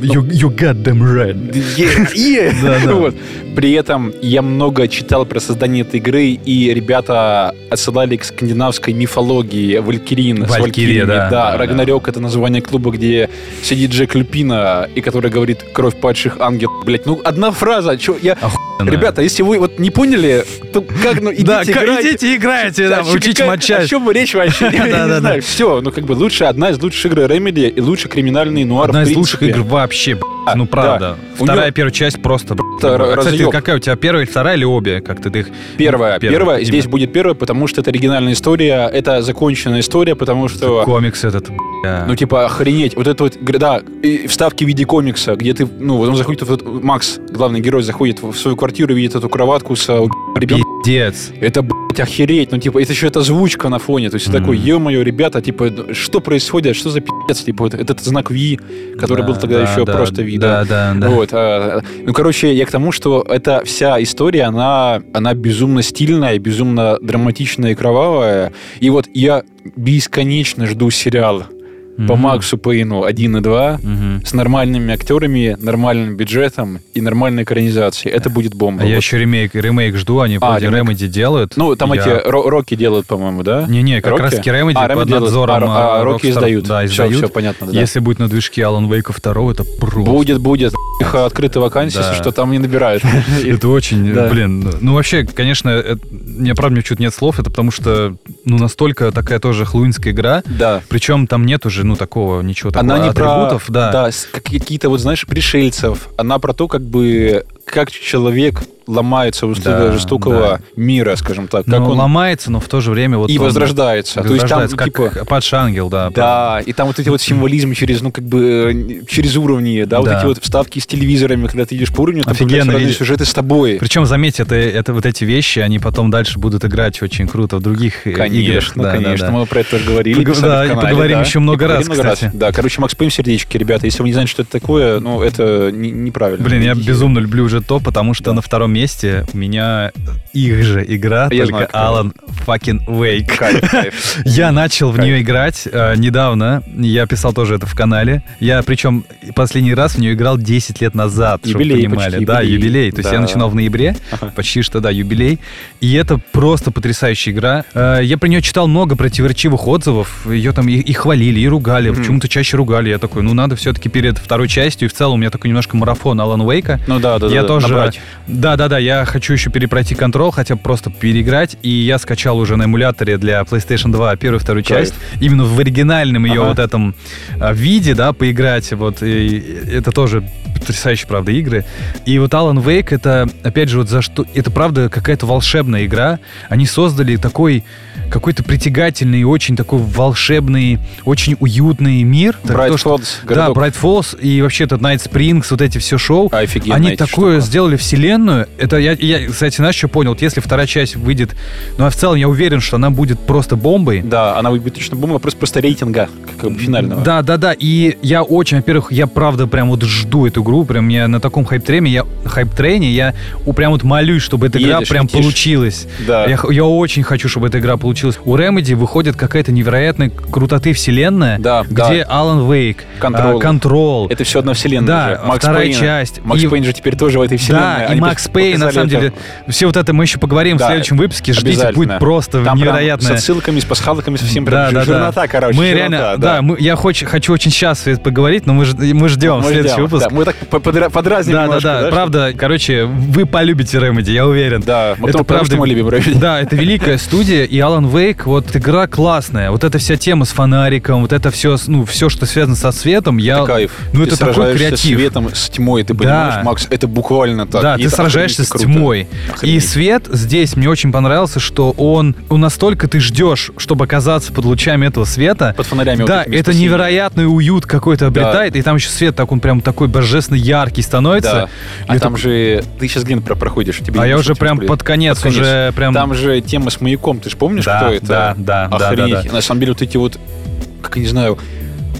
[SPEAKER 2] You, you goddamn right. Да, да.
[SPEAKER 1] Вот. При этом я много читал про создание этой игры, и ребята отсылали к скандинавской мифологии Валькирин. с
[SPEAKER 2] Валькирия,
[SPEAKER 1] Валькириями,
[SPEAKER 2] да, да, да.
[SPEAKER 1] Да, Рагнарёк — это название клуба, где сидит Джек Люпина, и который говорит «Кровь падших ангел». Блять, ну одна фраза, чё, я... Ребята, если вы вот не поняли, то как, ну, идите
[SPEAKER 2] да, ка-
[SPEAKER 1] играйте.
[SPEAKER 2] идите играйте,
[SPEAKER 1] Да,
[SPEAKER 2] да,
[SPEAKER 1] чё,
[SPEAKER 2] учите
[SPEAKER 1] какая- О
[SPEAKER 2] матчасть.
[SPEAKER 1] чем речь вообще? Я
[SPEAKER 2] Да-да-да.
[SPEAKER 1] не знаю. Все, ну как бы лучше одна из лучших игр Remedy и лучше криминальный нуар.
[SPEAKER 2] Одна
[SPEAKER 1] в
[SPEAKER 2] из лучших
[SPEAKER 1] принципе. А,
[SPEAKER 2] игр вообще, б***ь, ну
[SPEAKER 1] да.
[SPEAKER 2] правда.
[SPEAKER 1] У
[SPEAKER 2] Вторая,
[SPEAKER 1] неё-
[SPEAKER 2] первая часть просто, б***ь.
[SPEAKER 1] Это р-
[SPEAKER 2] Кстати,
[SPEAKER 1] разъёб.
[SPEAKER 2] какая у тебя первая, вторая или обе? Как ты их...
[SPEAKER 1] Первая,
[SPEAKER 2] Первая,
[SPEAKER 1] первая.
[SPEAKER 2] именно.
[SPEAKER 1] Здесь будет первая, потому что это оригинальная история, это законченная история, потому что...
[SPEAKER 2] Комикс этот, б***ь. а,
[SPEAKER 1] Ну, типа, охренеть. Вот это вот, г- да, и вставки в виде комикса, где ты, ну, вот он заходит, в этот- Макс, главный герой, заходит в свою квартиру, и видит эту кроватку с э, ребенком.
[SPEAKER 2] Пиздец.
[SPEAKER 1] Это, блядь, охереть. Ну, типа, это еще эта звучка на фоне. То есть, ты
[SPEAKER 2] Мгм.
[SPEAKER 1] такой, е-мое, ребята, типа, что происходит? Что за пи***ц? Типа, вот этот знак Ви, который
[SPEAKER 2] Да,
[SPEAKER 1] был тогда
[SPEAKER 2] да,
[SPEAKER 1] еще
[SPEAKER 2] да,
[SPEAKER 1] просто Ви. да.
[SPEAKER 2] Да, да, да.
[SPEAKER 1] Вот, а, ну, короче, я к тому, что эта вся история, она, она безумно стильная, безумно драматичная и кровавая. И вот я бесконечно жду сериал по
[SPEAKER 2] Мгм.
[SPEAKER 1] Максу Пейну 1 и 2
[SPEAKER 2] Мгм.
[SPEAKER 1] с нормальными актерами, нормальным бюджетом и нормальной экранизацией. Это будет бомба.
[SPEAKER 2] А я
[SPEAKER 1] Вот.
[SPEAKER 2] еще ремейк, ремейк жду, они
[SPEAKER 1] А,
[SPEAKER 2] вроде
[SPEAKER 1] ремейк.
[SPEAKER 2] Remedy делают.
[SPEAKER 1] Ну, там
[SPEAKER 2] Я-
[SPEAKER 1] эти ро- Рокки делают, по-моему, да?
[SPEAKER 2] Не-не, как
[SPEAKER 1] Рокки?
[SPEAKER 2] раз таки Remedy
[SPEAKER 1] А, Remedy
[SPEAKER 2] под
[SPEAKER 1] делают.
[SPEAKER 2] надзором
[SPEAKER 1] А, а,
[SPEAKER 2] э,
[SPEAKER 1] Рокки
[SPEAKER 2] Rockstar.
[SPEAKER 1] издают.
[SPEAKER 2] Да,
[SPEAKER 1] все,
[SPEAKER 2] издают.
[SPEAKER 1] понятно, да.
[SPEAKER 2] Если будет на движке Alan Wake 2, это просто...
[SPEAKER 1] Будет, будет. Их открыта вакансия,
[SPEAKER 2] Да.
[SPEAKER 1] если что там не набирают.
[SPEAKER 2] Это очень,
[SPEAKER 1] Да.
[SPEAKER 2] блин, ну вообще, конечно, это, мне правда, мне чуть нет слов, это потому что, ну, настолько такая тоже хлуинская игра,
[SPEAKER 1] Да.
[SPEAKER 2] причем там нет уже, ну, такого, ничего такого
[SPEAKER 1] Она не про
[SPEAKER 2] атрибутов, да.
[SPEAKER 1] с- как- какие-то вот знаешь пришельцев. Она про то, как бы как человек ломается в условиях
[SPEAKER 2] Да,
[SPEAKER 1] жестокого мира, скажем так, как
[SPEAKER 2] Но
[SPEAKER 1] он
[SPEAKER 2] ломается, но в то же время вот
[SPEAKER 1] и
[SPEAKER 2] он
[SPEAKER 1] возрождается. То есть там
[SPEAKER 2] возрождается, как
[SPEAKER 1] типа
[SPEAKER 2] падший ангел, да.
[SPEAKER 1] да, и там вот эти вот символизмы через, ну, как бы, э, через уровни, да, вот
[SPEAKER 2] Да.
[SPEAKER 1] эти вот вставки с телевизорами, когда ты идешь по уровню, там
[SPEAKER 2] Офигенно
[SPEAKER 1] появляются разные
[SPEAKER 2] видишь.
[SPEAKER 1] сюжеты с тобой.
[SPEAKER 2] Причем, заметь, это, это вот эти вещи, они потом дальше будут играть очень круто в других э, играх.
[SPEAKER 1] Конечно, ну,
[SPEAKER 2] Да, да,
[SPEAKER 1] конечно.
[SPEAKER 2] да.
[SPEAKER 1] Мы про это тоже говорили.
[SPEAKER 2] Пог-
[SPEAKER 1] писали
[SPEAKER 2] да,
[SPEAKER 1] в
[SPEAKER 2] и
[SPEAKER 1] канале,
[SPEAKER 2] поговорим
[SPEAKER 1] да.
[SPEAKER 2] еще много
[SPEAKER 1] И
[SPEAKER 2] раз,
[SPEAKER 1] поговорим
[SPEAKER 2] кстати.
[SPEAKER 1] Да, короче, Макс Пейм сердечки, ребята. Если вы не знаете, что это такое, ну, это не- неправильно.
[SPEAKER 2] Блин, я безумно люблю уже то, потому что на втором месте у меня их же игра,
[SPEAKER 1] А Я знаю,
[SPEAKER 2] только
[SPEAKER 1] какая.
[SPEAKER 2] Alan fucking Wake.
[SPEAKER 1] Кайф, кайф.
[SPEAKER 2] Я начал в
[SPEAKER 1] Кайф.
[SPEAKER 2] нее играть э, недавно. Я писал тоже это в канале. Я причем последний раз в нее играл 10 лет назад, чтобы вы
[SPEAKER 1] Юбилей
[SPEAKER 2] понимали.
[SPEAKER 1] почти,
[SPEAKER 2] да,
[SPEAKER 1] юбилей.
[SPEAKER 2] юбилей. То есть я
[SPEAKER 1] Да.
[SPEAKER 2] начинал в ноябре,
[SPEAKER 1] Ага.
[SPEAKER 2] почти что да, юбилей. И это просто потрясающая игра. Э, я про нее читал много противоречивых отзывов. Ее там и, и хвалили, и ругали.
[SPEAKER 1] Мгм.
[SPEAKER 2] Почему-то чаще ругали. Я такой, ну надо все-таки перед второй частью. И в целом у меня такой немножко марафон Алан Уэйка.
[SPEAKER 1] Ну да, да,
[SPEAKER 2] Я
[SPEAKER 1] да,
[SPEAKER 2] тоже.
[SPEAKER 1] набрать.
[SPEAKER 2] Да, да, да-да, я хочу еще перепройти контрол, хотя бы просто переиграть. И я скачал уже на эмуляторе для PlayStation 2 первую и вторую
[SPEAKER 1] Кайф.
[SPEAKER 2] часть. Именно в оригинальном ее
[SPEAKER 1] Ага.
[SPEAKER 2] вот этом а, виде, да, поиграть. Вот и это тоже потрясающие, правда, игры. И вот Alan Wake, это, опять же, вот за что... Это, правда, какая-то волшебная игра. Они создали такой какой-то притягательный, очень такой волшебный, очень уютный мир. Так
[SPEAKER 1] Брайт
[SPEAKER 2] то, что-
[SPEAKER 1] Фолдс,
[SPEAKER 2] Да,
[SPEAKER 1] городок.
[SPEAKER 2] Bright Falls и вообще этот Night Springs, вот эти все шоу.
[SPEAKER 1] Офигенно.
[SPEAKER 2] Они
[SPEAKER 1] эти
[SPEAKER 2] такое
[SPEAKER 1] штука.
[SPEAKER 2] сделали вселенную. Это я, я, кстати, знаешь, что понял? Вот если вторая часть выйдет, ну а в целом я уверен, что она будет просто бомбой.
[SPEAKER 1] Да, она будет точно бомба, вопрос просто рейтинга, как бы финального.
[SPEAKER 2] Да, да, да. И я очень, во-первых, я правда прям вот жду эту игру. Прям я на таком хайп-трене, я хайп-трене, я у- прям вот молюсь, чтобы эта игра
[SPEAKER 1] Едешь,
[SPEAKER 2] прям
[SPEAKER 1] летишь.
[SPEAKER 2] получилась.
[SPEAKER 1] Да.
[SPEAKER 2] Я, х- я очень хочу, чтобы эта игра получилась. У Remedy выходит какая-то невероятная крутоты вселенная,
[SPEAKER 1] Да,
[SPEAKER 2] где Alan Wake,
[SPEAKER 1] Control.
[SPEAKER 2] а, Control,
[SPEAKER 1] Это все одна вселенная.
[SPEAKER 2] да,
[SPEAKER 1] же. Макс
[SPEAKER 2] вторая
[SPEAKER 1] Пейна.
[SPEAKER 2] часть.
[SPEAKER 1] Макс
[SPEAKER 2] И-
[SPEAKER 1] Пейн же теперь тоже в этой вселенной.
[SPEAKER 2] Да, и
[SPEAKER 1] Они
[SPEAKER 2] Макс
[SPEAKER 1] пос-
[SPEAKER 2] Пейн, на
[SPEAKER 1] показали
[SPEAKER 2] самом
[SPEAKER 1] это
[SPEAKER 2] деле, все вот это мы еще поговорим
[SPEAKER 1] Да,
[SPEAKER 2] в следующем выпуске. Ждите,
[SPEAKER 1] обязательно.
[SPEAKER 2] будет просто
[SPEAKER 1] Там прям
[SPEAKER 2] невероятно.
[SPEAKER 1] с отсылками, с пасхалками, со всем прям
[SPEAKER 2] Да,
[SPEAKER 1] жир-
[SPEAKER 2] да, да.
[SPEAKER 1] жирнота, короче.
[SPEAKER 2] Мы
[SPEAKER 1] жирнота,
[SPEAKER 2] реально, да, мы- я хоч- хочу очень сейчас поговорить, но мы, ж- мы ждем
[SPEAKER 1] Мы
[SPEAKER 2] следующий
[SPEAKER 1] ждем,
[SPEAKER 2] выпуск.
[SPEAKER 1] да. Мы так по- подра- подразним
[SPEAKER 2] Да, да,
[SPEAKER 1] немножко,
[SPEAKER 2] да,
[SPEAKER 1] да,
[SPEAKER 2] правда, короче, вы полюбите Remedy, я уверен.
[SPEAKER 1] что- Да, мы потому- потому что мы любим Рэвиди.
[SPEAKER 2] Да, это великая студия, и Alan Вейк, вот игра классная. Вот эта вся тема с фонариком, вот это все, ну, все, что связано со светом, я...
[SPEAKER 1] Это кайф.
[SPEAKER 2] Ну,
[SPEAKER 1] Ты
[SPEAKER 2] это такой
[SPEAKER 1] сражаешься
[SPEAKER 2] креатив.
[SPEAKER 1] с светом, с тьмой, ты понимаешь, Макс, это буквально так.
[SPEAKER 2] Да,
[SPEAKER 1] И
[SPEAKER 2] ты
[SPEAKER 1] это
[SPEAKER 2] сражаешься с
[SPEAKER 1] охренеть круто.
[SPEAKER 2] тьмой. И
[SPEAKER 1] Охренеть.
[SPEAKER 2] свет здесь мне очень понравился, что он, он настолько ты ждешь, чтобы оказаться под лучами этого света.
[SPEAKER 1] Под фонарями вот
[SPEAKER 2] Да,
[SPEAKER 1] этими
[SPEAKER 2] это
[SPEAKER 1] спасибо.
[SPEAKER 2] невероятный уют какой-то обретает, и там еще свет так, он прям такой божественно яркий становится.
[SPEAKER 1] Да. А
[SPEAKER 2] Я
[SPEAKER 1] там
[SPEAKER 2] так-
[SPEAKER 1] же ты сейчас Глин про- проходишь, тебе
[SPEAKER 2] а
[SPEAKER 1] не
[SPEAKER 2] я
[SPEAKER 1] нужно
[SPEAKER 2] уже
[SPEAKER 1] этим
[SPEAKER 2] прям
[SPEAKER 1] смотреть.
[SPEAKER 2] под конец,
[SPEAKER 1] Под конец.
[SPEAKER 2] уже прям...
[SPEAKER 1] Там же тема с маяком, ты же помнишь,
[SPEAKER 2] Да,
[SPEAKER 1] кто это?
[SPEAKER 2] да, да, да, да,
[SPEAKER 1] Охренеть.
[SPEAKER 2] да.
[SPEAKER 1] На самом деле вот эти вот, как я не знаю,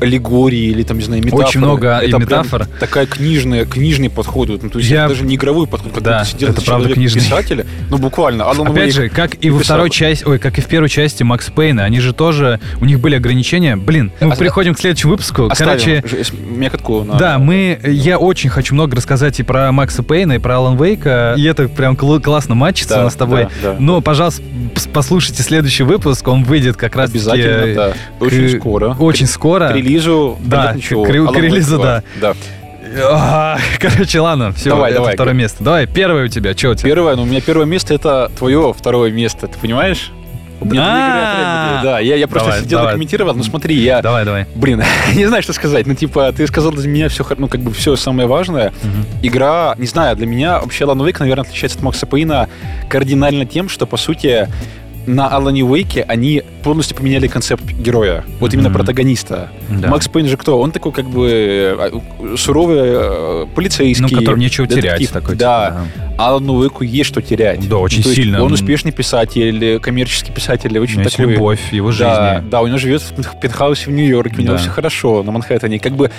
[SPEAKER 1] аллегории или там, не знаю, метафоры.
[SPEAKER 2] Очень много и
[SPEAKER 1] прям
[SPEAKER 2] метафор.
[SPEAKER 1] Такая книжная, книжный подход. вот. Ну, то есть
[SPEAKER 2] Я-
[SPEAKER 1] это даже не игровой подход, как
[SPEAKER 2] Да,
[SPEAKER 1] будто сидел
[SPEAKER 2] это
[SPEAKER 1] этот
[SPEAKER 2] правда
[SPEAKER 1] человек
[SPEAKER 2] книжный.
[SPEAKER 1] писателя. Ну, буквально. Alan Wake.
[SPEAKER 2] Опять же, как и во
[SPEAKER 1] написал.
[SPEAKER 2] второй части, ой, как и в первой части Макс Пейна, они же тоже, у них были ограничения. Блин, мы
[SPEAKER 1] Оста-
[SPEAKER 2] переходим к следующему выпуску.
[SPEAKER 1] А Оставим
[SPEAKER 2] Короче,
[SPEAKER 1] же с- мякотку на-
[SPEAKER 2] Да, мы, э, я очень хочу много рассказать и про Макса Пейна, и про Алан Вейка. И это прям кл- классно матчится
[SPEAKER 1] Да,
[SPEAKER 2] у нас с тобой.
[SPEAKER 1] да, да.
[SPEAKER 2] Но, пожалуйста, пс- послушайте следующий выпуск, он выйдет как раз
[SPEAKER 1] Обязательно, да. Очень скоро.
[SPEAKER 2] э, Очень скоро.
[SPEAKER 1] К релизу,
[SPEAKER 2] Да,
[SPEAKER 1] понятно, чего.
[SPEAKER 2] к рел-
[SPEAKER 1] Alan
[SPEAKER 2] к
[SPEAKER 1] Wake,
[SPEAKER 2] релизу, да.
[SPEAKER 1] Да.
[SPEAKER 2] А, Короче, ладно, все,
[SPEAKER 1] Давай,
[SPEAKER 2] это
[SPEAKER 1] давай.
[SPEAKER 2] второе место. Давай, первое у тебя, что у тебя?
[SPEAKER 1] Первое, ну у меня первое место это твое второе место, ты понимаешь? У меня две игры от
[SPEAKER 2] А-а-а.
[SPEAKER 1] Remedy, Да, я, я просто
[SPEAKER 2] А. Давай,
[SPEAKER 1] сидел и
[SPEAKER 2] давай.
[SPEAKER 1] комментировал, ну смотри, я,
[SPEAKER 2] Давай, давай.
[SPEAKER 1] блин, не знаю, что сказать, ну типа, ты сказал для меня все, ну как бы все самое важное. Игра, не знаю, для меня вообще Alan Wake, наверное, отличается от Макса Пейна кардинально тем, что, по сути, на Алане Уэйке они полностью поменяли концепт героя, вот именно
[SPEAKER 2] Мгм.
[SPEAKER 1] протагониста.
[SPEAKER 2] Да.
[SPEAKER 1] Макс Пейн же кто? Он такой как бы э, суровый э, полицейский.
[SPEAKER 2] ну, которым нечего терять
[SPEAKER 1] детектив.
[SPEAKER 2] такой.
[SPEAKER 1] Да.
[SPEAKER 2] типа,
[SPEAKER 1] Алану Уэку А есть что терять.
[SPEAKER 2] Да, очень
[SPEAKER 1] то есть
[SPEAKER 2] сильно.
[SPEAKER 1] Он успешный писатель, коммерческий писатель,
[SPEAKER 2] У
[SPEAKER 1] очень
[SPEAKER 2] него есть
[SPEAKER 1] такой...
[SPEAKER 2] любовь в его жизни.
[SPEAKER 1] Да, да, у него живет в пент- пентхаусе в Нью-Йорке, у него
[SPEAKER 2] Да.
[SPEAKER 1] все хорошо на Манхэттене. Как бы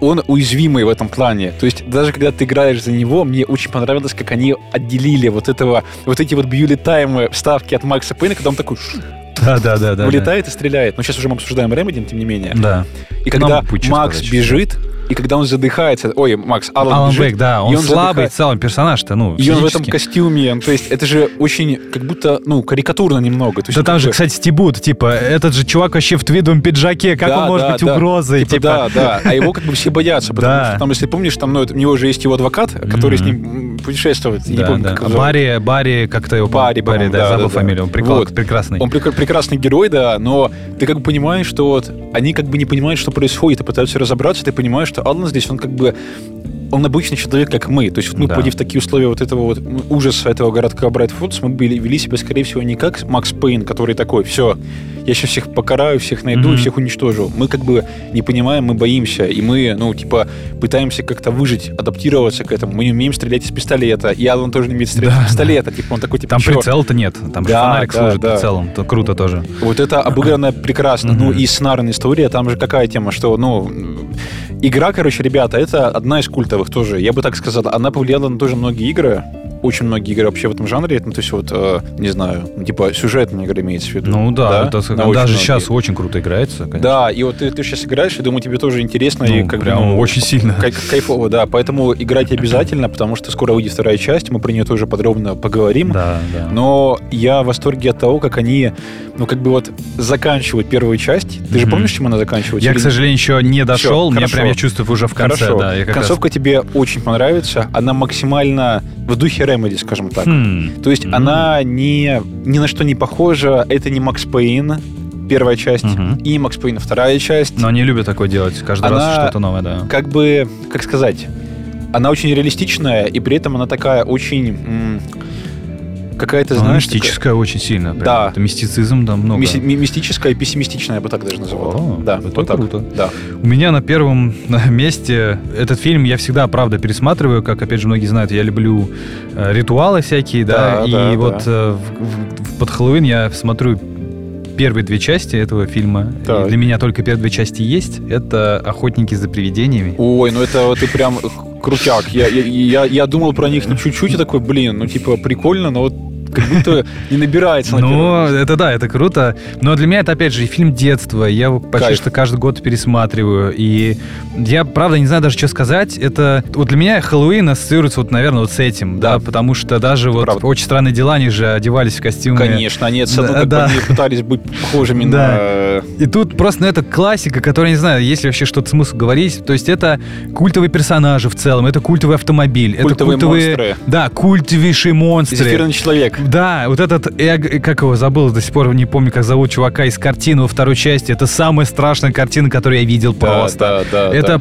[SPEAKER 1] он уязвимый в этом плане. То есть даже когда ты играешь за него, мне очень понравилось, как они отделили вот этого, вот эти вот бьюли таймы вставки от Макса Пейна, когда он такой ш-
[SPEAKER 2] Да, да, да, да.
[SPEAKER 1] вылетает и стреляет. Но сейчас уже мы обсуждаем Ремедин, тем не менее.
[SPEAKER 2] Да.
[SPEAKER 1] И когда
[SPEAKER 2] Нам будет чё
[SPEAKER 1] Макс
[SPEAKER 2] сказать,
[SPEAKER 1] бежит, и когда он задыхается, ой, Макс, Алан,
[SPEAKER 2] Алан
[SPEAKER 1] бежит,
[SPEAKER 2] Вейк, да, он,
[SPEAKER 1] и он
[SPEAKER 2] слабый
[SPEAKER 1] задыхает.
[SPEAKER 2] в целом персонаж-то, ну,
[SPEAKER 1] И он в этом
[SPEAKER 2] физически.
[SPEAKER 1] костюме, ну, то есть это же очень, как будто, ну, карикатурно немного. То есть
[SPEAKER 2] Да там же,
[SPEAKER 1] такое-
[SPEAKER 2] кстати, стебут, типа, этот же чувак вообще в твидовом пиджаке, как
[SPEAKER 1] Да,
[SPEAKER 2] он может
[SPEAKER 1] да,
[SPEAKER 2] быть
[SPEAKER 1] да.
[SPEAKER 2] угрозой, типа,
[SPEAKER 1] Да, да, а его как бы все боятся, потому
[SPEAKER 2] Да.
[SPEAKER 1] что там, если помнишь, там, ну, это- у него же есть его адвокат, который с ним м, путешествует, я не
[SPEAKER 2] Да,
[SPEAKER 1] помню,
[SPEAKER 2] да.
[SPEAKER 1] как его
[SPEAKER 2] А
[SPEAKER 1] зовут.
[SPEAKER 2] Барри, Барри, как-то его...
[SPEAKER 1] Барри,
[SPEAKER 2] Барри,
[SPEAKER 1] по-моему,
[SPEAKER 2] да,
[SPEAKER 1] да,
[SPEAKER 2] забыл
[SPEAKER 1] да, да.
[SPEAKER 2] фамилию, он прикол-
[SPEAKER 1] Вот.
[SPEAKER 2] прекрасный.
[SPEAKER 1] Он прек- прекрасный герой, да, но ты как бы понимаешь, что вот они как бы не понимают, что происходит, и пытаются разобраться, ты понимаешь, что Аллан здесь, он как бы он обычный человек, как мы. То есть вот мы,
[SPEAKER 2] Да.
[SPEAKER 1] попали в такие условия вот этого вот м, ужаса этого городка Брайтфудс, мы были, вели себя, скорее всего, не как Макс Пейн, который такой, все, я сейчас всех покараю, всех найду,
[SPEAKER 2] Мгм.
[SPEAKER 1] и всех уничтожу. Мы как бы не понимаем, мы боимся, и мы, ну, типа, пытаемся как-то выжить, адаптироваться к этому. Мы не умеем стрелять из пистолета, и Аллан тоже не умеет стрелять
[SPEAKER 2] Да,
[SPEAKER 1] из пистолета. Типа, он такой, типа,
[SPEAKER 2] Там
[SPEAKER 1] «Чё?»
[SPEAKER 2] прицела-то нет, там же
[SPEAKER 1] Да,
[SPEAKER 2] фонарик
[SPEAKER 1] да,
[SPEAKER 2] служит
[SPEAKER 1] да.
[SPEAKER 2] прицелом, то круто тоже.
[SPEAKER 1] Вот это обыграно прекрасно.
[SPEAKER 2] Мгм.
[SPEAKER 1] Ну и сценарная история, там же какая тема, что, ну, м, игра, короче, ребята, это одна из культовых тоже. Я бы так сказал, она повлияла на тоже многие игры. Очень многие игры вообще в этом жанре. Ну, то есть вот, э, не знаю, ну, типа сюжетная игра имеется в виду.
[SPEAKER 2] Ну да, это-
[SPEAKER 1] На очень
[SPEAKER 2] даже
[SPEAKER 1] многие.
[SPEAKER 2] сейчас очень круто играется, конечно.
[SPEAKER 1] Да, и вот ты, сейчас играешь, и думаю, тебе тоже интересно. и
[SPEAKER 2] Ну,
[SPEAKER 1] как бы,
[SPEAKER 2] прям
[SPEAKER 1] ну,
[SPEAKER 2] очень сильно.
[SPEAKER 1] кай- кайфово, да. Поэтому играть обязательно, потому что скоро выйдет вторая часть, мы про нее тоже подробно поговорим.
[SPEAKER 2] Да, да.
[SPEAKER 1] Но я в восторге от того, как они, ну, как бы вот заканчивают первую часть. Ты же
[SPEAKER 2] Мгм.
[SPEAKER 1] помнишь, чем она заканчивается?
[SPEAKER 2] я,
[SPEAKER 1] Или-
[SPEAKER 2] к сожалению, еще не дошел, меня
[SPEAKER 1] хорошо.
[SPEAKER 2] прям я чувствую уже в конце,
[SPEAKER 1] Хорошо.
[SPEAKER 2] да. я как раз-
[SPEAKER 1] Концовка тебе очень понравится. Она максимально в духе Remedy, скажем так.
[SPEAKER 2] Хм.
[SPEAKER 1] То есть
[SPEAKER 2] М.
[SPEAKER 1] она не, ни на что не похожа. Это не Макс Пейн, первая часть,
[SPEAKER 2] Мгм.
[SPEAKER 1] и Макс Пейн, вторая часть.
[SPEAKER 2] Но они любят такое делать. Каждый раз
[SPEAKER 1] Она-
[SPEAKER 2] что-то новое, да.
[SPEAKER 1] Как бы, как сказать, она очень реалистичная, и при этом она такая очень... м, Какая-то,
[SPEAKER 2] Она
[SPEAKER 1] знаешь, такая-
[SPEAKER 2] Ну, мистическая очень сильно. прям.
[SPEAKER 1] Да.
[SPEAKER 2] Это мистицизм, да, много.
[SPEAKER 1] Мисси- ми- мистическая и пессимистичная, я бы так даже
[SPEAKER 2] О,
[SPEAKER 1] назвал. да,
[SPEAKER 2] это
[SPEAKER 1] вот так.
[SPEAKER 2] круто.
[SPEAKER 1] Да.
[SPEAKER 2] У меня на первом месте этот фильм я всегда, правда, пересматриваю, как, опять же, многие знают, я люблю э, ритуалы всякие, да,
[SPEAKER 1] Да,
[SPEAKER 2] и
[SPEAKER 1] да,
[SPEAKER 2] вот
[SPEAKER 1] да.
[SPEAKER 2] э, в- в- под Хэллоуин я смотрю первые две части этого фильма,
[SPEAKER 1] Так.
[SPEAKER 2] и для меня только первые две части есть, это «Охотники за привидениями».
[SPEAKER 1] Ой, ну это вот ты прям крутяк. Я, я, я, я думал про них ну, чуть-чуть и такой, блин, ну типа прикольно, но вот как будто не набирается. на
[SPEAKER 2] Ну,
[SPEAKER 1] первый раз.
[SPEAKER 2] это да, это круто. Но для меня это, опять же, и фильм детства. Я его почти
[SPEAKER 1] Кайф.
[SPEAKER 2] что каждый год пересматриваю. И я, правда, не знаю даже, что сказать. Это... Вот для меня Хэллоуин ассоциируется, вот, наверное, вот с этим. Да,
[SPEAKER 1] Да.
[SPEAKER 2] потому что даже вот
[SPEAKER 1] Правда.
[SPEAKER 2] «Очень странные дела» они же одевались в костюмы.
[SPEAKER 1] Конечно, они это, ну,
[SPEAKER 2] Да,
[SPEAKER 1] как бы
[SPEAKER 2] да.
[SPEAKER 1] они пытались быть похожими
[SPEAKER 2] Да.
[SPEAKER 1] на...
[SPEAKER 2] И тут просто, ну, это классика, которая, не знаю, есть ли вообще что-то смысл говорить. То есть это культовые персонажи в целом, это культовый автомобиль,
[SPEAKER 1] Культовые
[SPEAKER 2] это культовые...
[SPEAKER 1] монстры.
[SPEAKER 2] Да, культовейшие монстры.
[SPEAKER 1] Зефирный человек.
[SPEAKER 2] Да, вот этот, эг- как его забыл, до сих пор не помню, как зовут чувака из картины во второй части. Это самая страшная картина, которую я видел просто.
[SPEAKER 1] Да, да, да,
[SPEAKER 2] это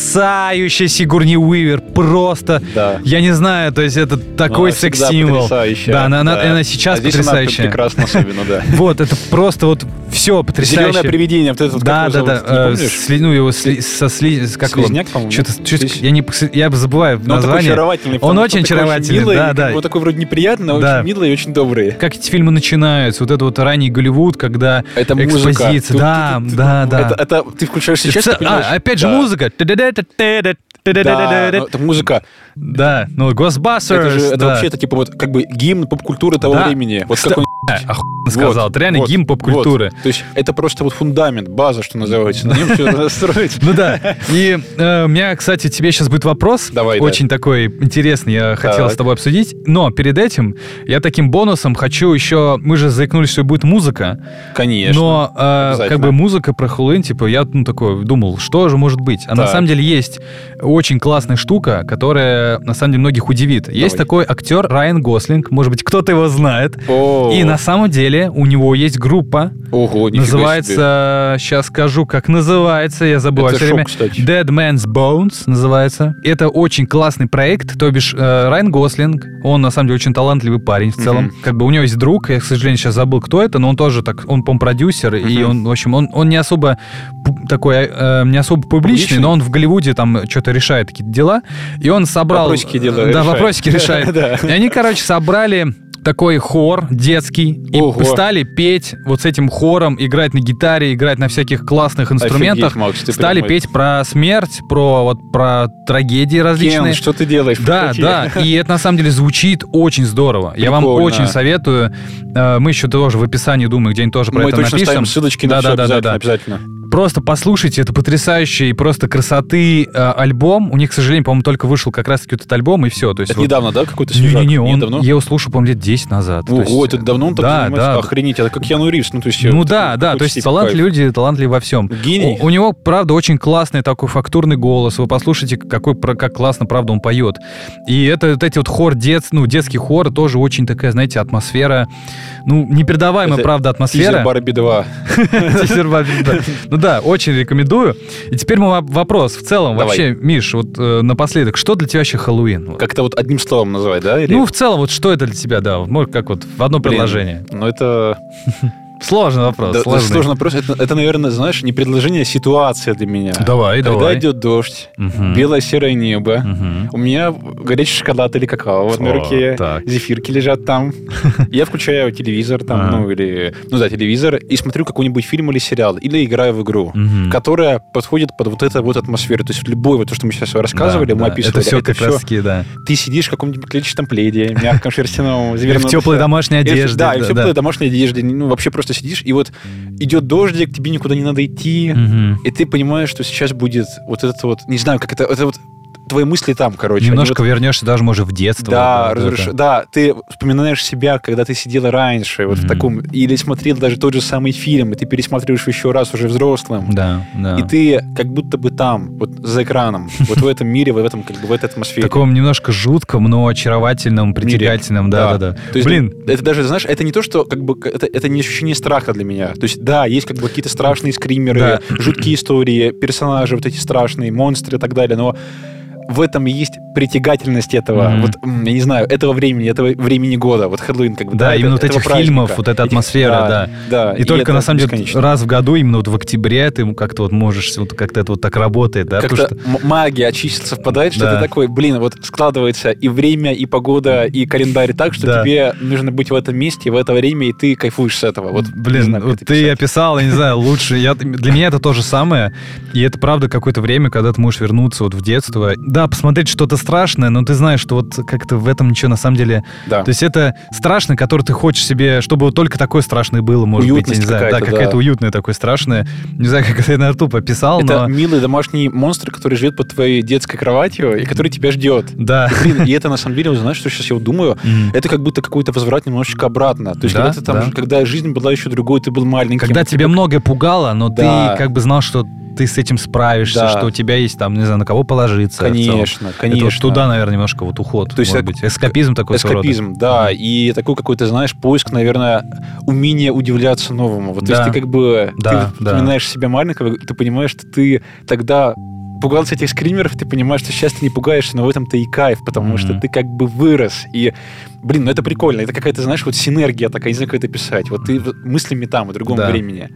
[SPEAKER 2] потрясающая Сигурни Уивер, просто.
[SPEAKER 1] да.
[SPEAKER 2] Я не знаю, то есть это такой
[SPEAKER 1] Она всегда
[SPEAKER 2] секс-символ.
[SPEAKER 1] потрясающая,
[SPEAKER 2] Да, она, она- она сейчас
[SPEAKER 1] А здесь она
[SPEAKER 2] потрясающая.
[SPEAKER 1] прекрасна особенно, да.
[SPEAKER 2] Вот, это просто вот все
[SPEAKER 1] Зеленое
[SPEAKER 2] потрясающе.
[SPEAKER 1] привидение, вот это вот
[SPEAKER 2] Да,
[SPEAKER 1] как
[SPEAKER 2] да,
[SPEAKER 1] его
[SPEAKER 2] да.
[SPEAKER 1] зовут, не
[SPEAKER 2] э,
[SPEAKER 1] помнишь?
[SPEAKER 2] сли- ну, его сли- со сли- как его?
[SPEAKER 1] Слизняк, по-моему.
[SPEAKER 2] Чё-то- чё-то-
[SPEAKER 1] Слизь-
[SPEAKER 2] я не, пос- я забываю
[SPEAKER 1] Но Ну, он такой
[SPEAKER 2] название.
[SPEAKER 1] очаровательный.
[SPEAKER 2] Он
[SPEAKER 1] потому что
[SPEAKER 2] очень
[SPEAKER 1] такой
[SPEAKER 2] очаровательный,
[SPEAKER 1] милый,
[SPEAKER 2] да,
[SPEAKER 1] и как
[SPEAKER 2] да.
[SPEAKER 1] бы такой вроде неприятный, а
[SPEAKER 2] Да.
[SPEAKER 1] очень милый и очень добрый.
[SPEAKER 2] как эти фильмы начинаются, вот это вот ранний Голливуд, когда
[SPEAKER 1] Это музыка.
[SPEAKER 2] экспозиция,
[SPEAKER 1] Тут-
[SPEAKER 2] да,
[SPEAKER 1] тут- тут-
[SPEAKER 2] да, да.
[SPEAKER 1] Это, это ты включаешь сейчас,
[SPEAKER 2] Ц-
[SPEAKER 1] ты понимаешь,
[SPEAKER 2] а, опять же
[SPEAKER 1] да,
[SPEAKER 2] музыка.
[SPEAKER 1] Да, но
[SPEAKER 2] Да,
[SPEAKER 1] это музыка.
[SPEAKER 2] ну Ghostbusters,
[SPEAKER 1] Это же это
[SPEAKER 2] да.
[SPEAKER 1] вообще это типа вот как бы гимн поп-культуры того
[SPEAKER 2] Да.
[SPEAKER 1] времени. Вот
[SPEAKER 2] Кста-
[SPEAKER 1] какой
[SPEAKER 2] Э, охуенно сказал, это реально гимн поп-культуры.
[SPEAKER 1] То есть это просто вот фундамент, база, что называется. На нем все строить.
[SPEAKER 2] Ну да. И э, у меня, кстати, тебе сейчас будет вопрос.
[SPEAKER 1] Давай, да.
[SPEAKER 2] Очень такой интересный, я хотел с
[SPEAKER 1] Так.
[SPEAKER 2] тобой обсудить. Но перед этим я таким бонусом хочу еще... Мы же заикнулись, что будет музыка.
[SPEAKER 1] Конечно.
[SPEAKER 2] Но э,
[SPEAKER 1] обязательно.
[SPEAKER 2] как бы музыка про Хэллоуин, типа, я ну, такой думал, что же может быть? А на
[SPEAKER 1] Так.
[SPEAKER 2] самом деле есть очень классная штука, которая на самом деле многих удивит. Есть такой актер Райан Гослинг, может быть, кто-то его знает.
[SPEAKER 1] О,
[SPEAKER 2] Ну, И на самом деле у него есть группа,
[SPEAKER 1] Ого, нифига себе.
[SPEAKER 2] называется, сейчас скажу, как называется, я забываю
[SPEAKER 1] Это
[SPEAKER 2] всё
[SPEAKER 1] шок,
[SPEAKER 2] время.
[SPEAKER 1] кстати.
[SPEAKER 2] Dead Man's Bones называется. Это очень классный проект, то бишь э, Райан Гослинг, он на самом деле очень талантливый парень в целом.
[SPEAKER 1] Мгм.
[SPEAKER 2] Как бы у него есть друг, я, к сожалению, сейчас забыл, кто это, но он тоже так, он, по продюсер, и
[SPEAKER 1] Мгм.
[SPEAKER 2] он, в общем, он, он не особо пу- такой, э, не особо публичный,
[SPEAKER 1] Публичный?
[SPEAKER 2] но он в Голливуде там что-то решает такие дела, и он собрал... э,
[SPEAKER 1] Вопросики
[SPEAKER 2] Да,
[SPEAKER 1] делает, решает.
[SPEAKER 2] вопросики решает.
[SPEAKER 1] Да.
[SPEAKER 2] И они, короче, собрали такой хор детский и
[SPEAKER 1] Ого.
[SPEAKER 2] стали петь вот с этим хором, играть на гитаре, играть на всяких классных инструментах.
[SPEAKER 1] Офигеть, Макс, ты
[SPEAKER 2] стали
[SPEAKER 1] прям
[SPEAKER 2] петь про смерть, про вот про трагедии
[SPEAKER 1] Кен,
[SPEAKER 2] различные.
[SPEAKER 1] что ты делаешь?
[SPEAKER 2] Да,
[SPEAKER 1] Прекрати.
[SPEAKER 2] да, и это на самом деле звучит очень здорово. Я вам
[SPEAKER 1] Прикольно.
[SPEAKER 2] очень советую. Э, Мы еще тоже в описании, думаю, где-нибудь тоже про
[SPEAKER 1] Мы
[SPEAKER 2] это
[SPEAKER 1] точно
[SPEAKER 2] напишем.
[SPEAKER 1] ставим ссылочки на
[SPEAKER 2] Да,
[SPEAKER 1] все
[SPEAKER 2] да, да,
[SPEAKER 1] обязательно,
[SPEAKER 2] да.
[SPEAKER 1] обязательно.
[SPEAKER 2] Просто послушайте, это потрясающий просто красоты э, альбом. У них, к сожалению, по-моему, только вышел как раз-таки вот этот альбом, и все. То есть
[SPEAKER 1] Это
[SPEAKER 2] вот-
[SPEAKER 1] недавно, да, какой-то свежак?
[SPEAKER 2] не-не-не,
[SPEAKER 1] Нет,
[SPEAKER 2] он,
[SPEAKER 1] давно?
[SPEAKER 2] я его слушал, по-моему, лет 10 назад. То
[SPEAKER 1] Ого,
[SPEAKER 2] есть,
[SPEAKER 1] это давно он так
[SPEAKER 2] да,
[SPEAKER 1] занимается?
[SPEAKER 2] да.
[SPEAKER 1] Охренеть, это как Яну Ривз. Ну, то есть,
[SPEAKER 2] Ну
[SPEAKER 1] вот
[SPEAKER 2] да,
[SPEAKER 1] в
[SPEAKER 2] да,
[SPEAKER 1] такой
[SPEAKER 2] то есть
[SPEAKER 1] степени
[SPEAKER 2] талантливые
[SPEAKER 1] кайф.
[SPEAKER 2] люди, талантливые во всем.
[SPEAKER 1] Гений.
[SPEAKER 2] У, у него, правда, очень классный такой фактурный голос. Вы послушайте, какой, про- как классно, правда, он поет. И это вот эти вот хор, дет, ну, детский хор, тоже очень такая, знаете, атмосфера, ну, непередаваемая,
[SPEAKER 1] Это
[SPEAKER 2] правда,
[SPEAKER 1] Тизер
[SPEAKER 2] атмосфера.
[SPEAKER 1] Барби 2.
[SPEAKER 2] Тизер Барби, да. Ну да, очень рекомендую. И теперь мой воп- вопрос в целом.
[SPEAKER 1] Давай.
[SPEAKER 2] Вообще, Миш, вот э, напоследок, что для тебя вообще Хэллоуин? Вот.
[SPEAKER 1] Как-то вот одним словом называть, да? или-
[SPEAKER 2] Ну, в целом, вот что это для тебя, да? вот, Может, как вот в одно
[SPEAKER 1] Блин,
[SPEAKER 2] предложение.
[SPEAKER 1] Ну, это
[SPEAKER 2] Сложный вопрос.
[SPEAKER 1] да-
[SPEAKER 2] сложный.
[SPEAKER 1] сложно просто. Это, это, наверное, знаешь, не предложение, а ситуация для меня.
[SPEAKER 2] Давай,
[SPEAKER 1] Когда
[SPEAKER 2] давай.
[SPEAKER 1] идет дождь,
[SPEAKER 2] Мгм.
[SPEAKER 1] белое-серое небо,
[SPEAKER 2] Мгм.
[SPEAKER 1] у меня горячий шоколад или какао в одной
[SPEAKER 2] О,
[SPEAKER 1] руке,
[SPEAKER 2] так.
[SPEAKER 1] зефирки лежат там. Я включаю телевизор там,
[SPEAKER 2] Ага.
[SPEAKER 1] ну, или... Ну, да, телевизор, и смотрю какой-нибудь фильм или сериал, или играю в игру.
[SPEAKER 2] Мгм.
[SPEAKER 1] которая подходит под вот эту вот атмосферу. То есть любое вот то, что мы сейчас рассказывали,
[SPEAKER 2] Да,
[SPEAKER 1] мы
[SPEAKER 2] да.
[SPEAKER 1] описывали.
[SPEAKER 2] Это все как
[SPEAKER 1] всё-
[SPEAKER 2] раз-таки, да.
[SPEAKER 1] Ты сидишь в каком-нибудь клетчатом пледе, мягком шерстяном,
[SPEAKER 2] И в
[SPEAKER 1] зверином.
[SPEAKER 2] теплой домашней
[SPEAKER 1] И в-
[SPEAKER 2] одежде.
[SPEAKER 1] Да, и в теплой домашней одежде. Ну, вообще просто сидишь, и вот идет дождик, тебе никуда не надо идти,
[SPEAKER 2] Мгм.
[SPEAKER 1] и ты понимаешь, что сейчас будет вот этот вот, не знаю, как это, это вот твои мысли там, короче. они
[SPEAKER 2] Немножко
[SPEAKER 1] вот-
[SPEAKER 2] вернешься даже, может, в детство.
[SPEAKER 1] да,
[SPEAKER 2] Вот это.
[SPEAKER 1] разреш- да, ты вспоминаешь себя, когда ты сидела раньше, вот в
[SPEAKER 2] Мгм.
[SPEAKER 1] таком, или смотрел даже тот же самый фильм, и ты пересматриваешь еще раз уже взрослым.
[SPEAKER 2] Да, да.
[SPEAKER 1] И ты как будто бы там, вот за экраном, вот в этом мире, вот в этом, как бы в этой атмосфере.
[SPEAKER 2] таком немножко жутком, но очаровательном, притягательном, да, да, да.
[SPEAKER 1] То есть,
[SPEAKER 2] Блин,
[SPEAKER 1] это даже, знаешь, это не то, что как бы это, это не ощущение страха для меня. То есть, да, есть как бы какие-то страшные скримеры,
[SPEAKER 2] Да.
[SPEAKER 1] жуткие истории, персонажи вот эти страшные, монстры и так далее, но в этом и есть притягательность этого,
[SPEAKER 2] Мгм.
[SPEAKER 1] вот, м, я не знаю, этого времени, этого времени года, вот Хэллоуин как бы.
[SPEAKER 2] Да, именно
[SPEAKER 1] это-
[SPEAKER 2] вот этих
[SPEAKER 1] этого праздника.
[SPEAKER 2] фильмов, вот эта
[SPEAKER 1] Этих-
[SPEAKER 2] атмосфера, да.
[SPEAKER 1] да.
[SPEAKER 2] И, только
[SPEAKER 1] это
[SPEAKER 2] на самом деле
[SPEAKER 1] бесконечно.
[SPEAKER 2] раз в году, именно вот в октябре, ты как-то вот можешь, вот как-то это вот так работает, да? потому
[SPEAKER 1] Как-то м- магия чисел совпадает, что
[SPEAKER 2] Да.
[SPEAKER 1] ты такой, блин, вот складывается и время, и погода, и календарь так, что
[SPEAKER 2] Да.
[SPEAKER 1] тебе нужно быть в этом месте, в это время, и ты кайфуешь с этого. Вот, не
[SPEAKER 2] блин,
[SPEAKER 1] знаю, как
[SPEAKER 2] вот
[SPEAKER 1] это
[SPEAKER 2] ты
[SPEAKER 1] писать.
[SPEAKER 2] описал, я не знаю, лучше. Я, для меня это то же самое. И это правда какое-то время, когда ты можешь вернуться вот в детство. Да, посмотреть что-то страшное, но ты знаешь, что вот как-то в этом ничего на самом деле...
[SPEAKER 1] Да.
[SPEAKER 2] То есть это страшное, которое ты хочешь себе, чтобы вот только такое страшное было, может быть.
[SPEAKER 1] Уютность
[SPEAKER 2] Я не знаю,
[SPEAKER 1] какая-то,
[SPEAKER 2] да,
[SPEAKER 1] да.
[SPEAKER 2] какая-то уютная такое страшное. Не знаю, как это я на рту пописал,
[SPEAKER 1] это
[SPEAKER 2] но...
[SPEAKER 1] милый домашний монстр, который живет под твоей детской кроватью и который тебя ждет.
[SPEAKER 2] Да.
[SPEAKER 1] Блин, и это на самом деле, вот знаешь, что сейчас я вот думаю,
[SPEAKER 2] М.
[SPEAKER 1] это как будто какой-то возврат немножечко обратно. То есть
[SPEAKER 2] Да,
[SPEAKER 1] когда ты там,
[SPEAKER 2] да.
[SPEAKER 1] уже- когда жизнь была еще другой, ты был маленьким.
[SPEAKER 2] Когда тебя многое пугало, но
[SPEAKER 1] Да.
[SPEAKER 2] ты как бы знал, что ты с этим справишься,
[SPEAKER 1] Да.
[SPEAKER 2] что у тебя есть там, не знаю, на кого положиться. в целом.
[SPEAKER 1] Конечно,
[SPEAKER 2] Это вот
[SPEAKER 1] конечно.
[SPEAKER 2] туда, наверное, немножко вот уход.
[SPEAKER 1] То есть
[SPEAKER 2] может
[SPEAKER 1] так-
[SPEAKER 2] быть. эскапизм такой своего рода.
[SPEAKER 1] Эскапизм, да, и такой какой-то, знаешь, поиск, наверное, умения удивляться новому. Вот,
[SPEAKER 2] Да.
[SPEAKER 1] То есть ты как бы
[SPEAKER 2] Да,
[SPEAKER 1] ты
[SPEAKER 2] да.
[SPEAKER 1] вспоминаешь себя маленького, и ты понимаешь, что ты тогда пугался этих скримеров, ты понимаешь, что сейчас ты не пугаешься, но в этом-то и кайф, потому
[SPEAKER 2] Мгм.
[SPEAKER 1] что ты как бы вырос. И, блин, ну это прикольно, это какая-то, знаешь, вот синергия такая, не знаю, как это писать. Вот ты в- мыслями там, в другом
[SPEAKER 2] Да.
[SPEAKER 1] времени.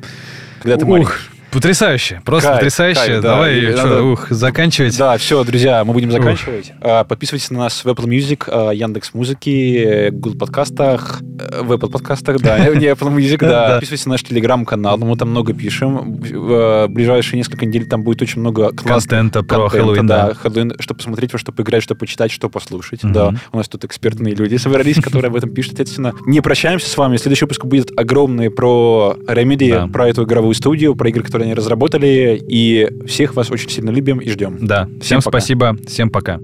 [SPEAKER 1] Когда ты
[SPEAKER 2] Ух,
[SPEAKER 1] маленький.
[SPEAKER 2] Потрясающе, просто
[SPEAKER 1] Кайф,
[SPEAKER 2] потрясающе.
[SPEAKER 1] кайф, да.
[SPEAKER 2] Давай,
[SPEAKER 1] И
[SPEAKER 2] чё,
[SPEAKER 1] надо-
[SPEAKER 2] ух, заканчивать.
[SPEAKER 1] Да, все, друзья, мы будем заканчивать. А, Подписывайтесь на нас в Apple Music, а, Яндекс Музыки, э, Google подкастах, э, в Apple подкастах, да, не Apple Music,
[SPEAKER 2] Да.
[SPEAKER 1] да. Подписывайтесь на наш телеграм-канал, мы там много пишем. В э, ближайшие несколько недель там будет очень много классного
[SPEAKER 2] Контента про
[SPEAKER 1] контента,
[SPEAKER 2] Хэллоуин, да.
[SPEAKER 1] Хэллоуин, что посмотреть, во что поиграть, что почитать, что послушать,
[SPEAKER 2] Мгм.
[SPEAKER 1] да. У нас тут экспертные люди собрались, которые об этом пишут, естественно. Не прощаемся с вами. Следующий выпуск будет огромный про Remedy,
[SPEAKER 2] Да.
[SPEAKER 1] про эту игровую студию, про игры, которые они разработали, и всех вас очень сильно любим и ждем.
[SPEAKER 2] Да. Всем
[SPEAKER 1] пока.
[SPEAKER 2] спасибо, всем пока.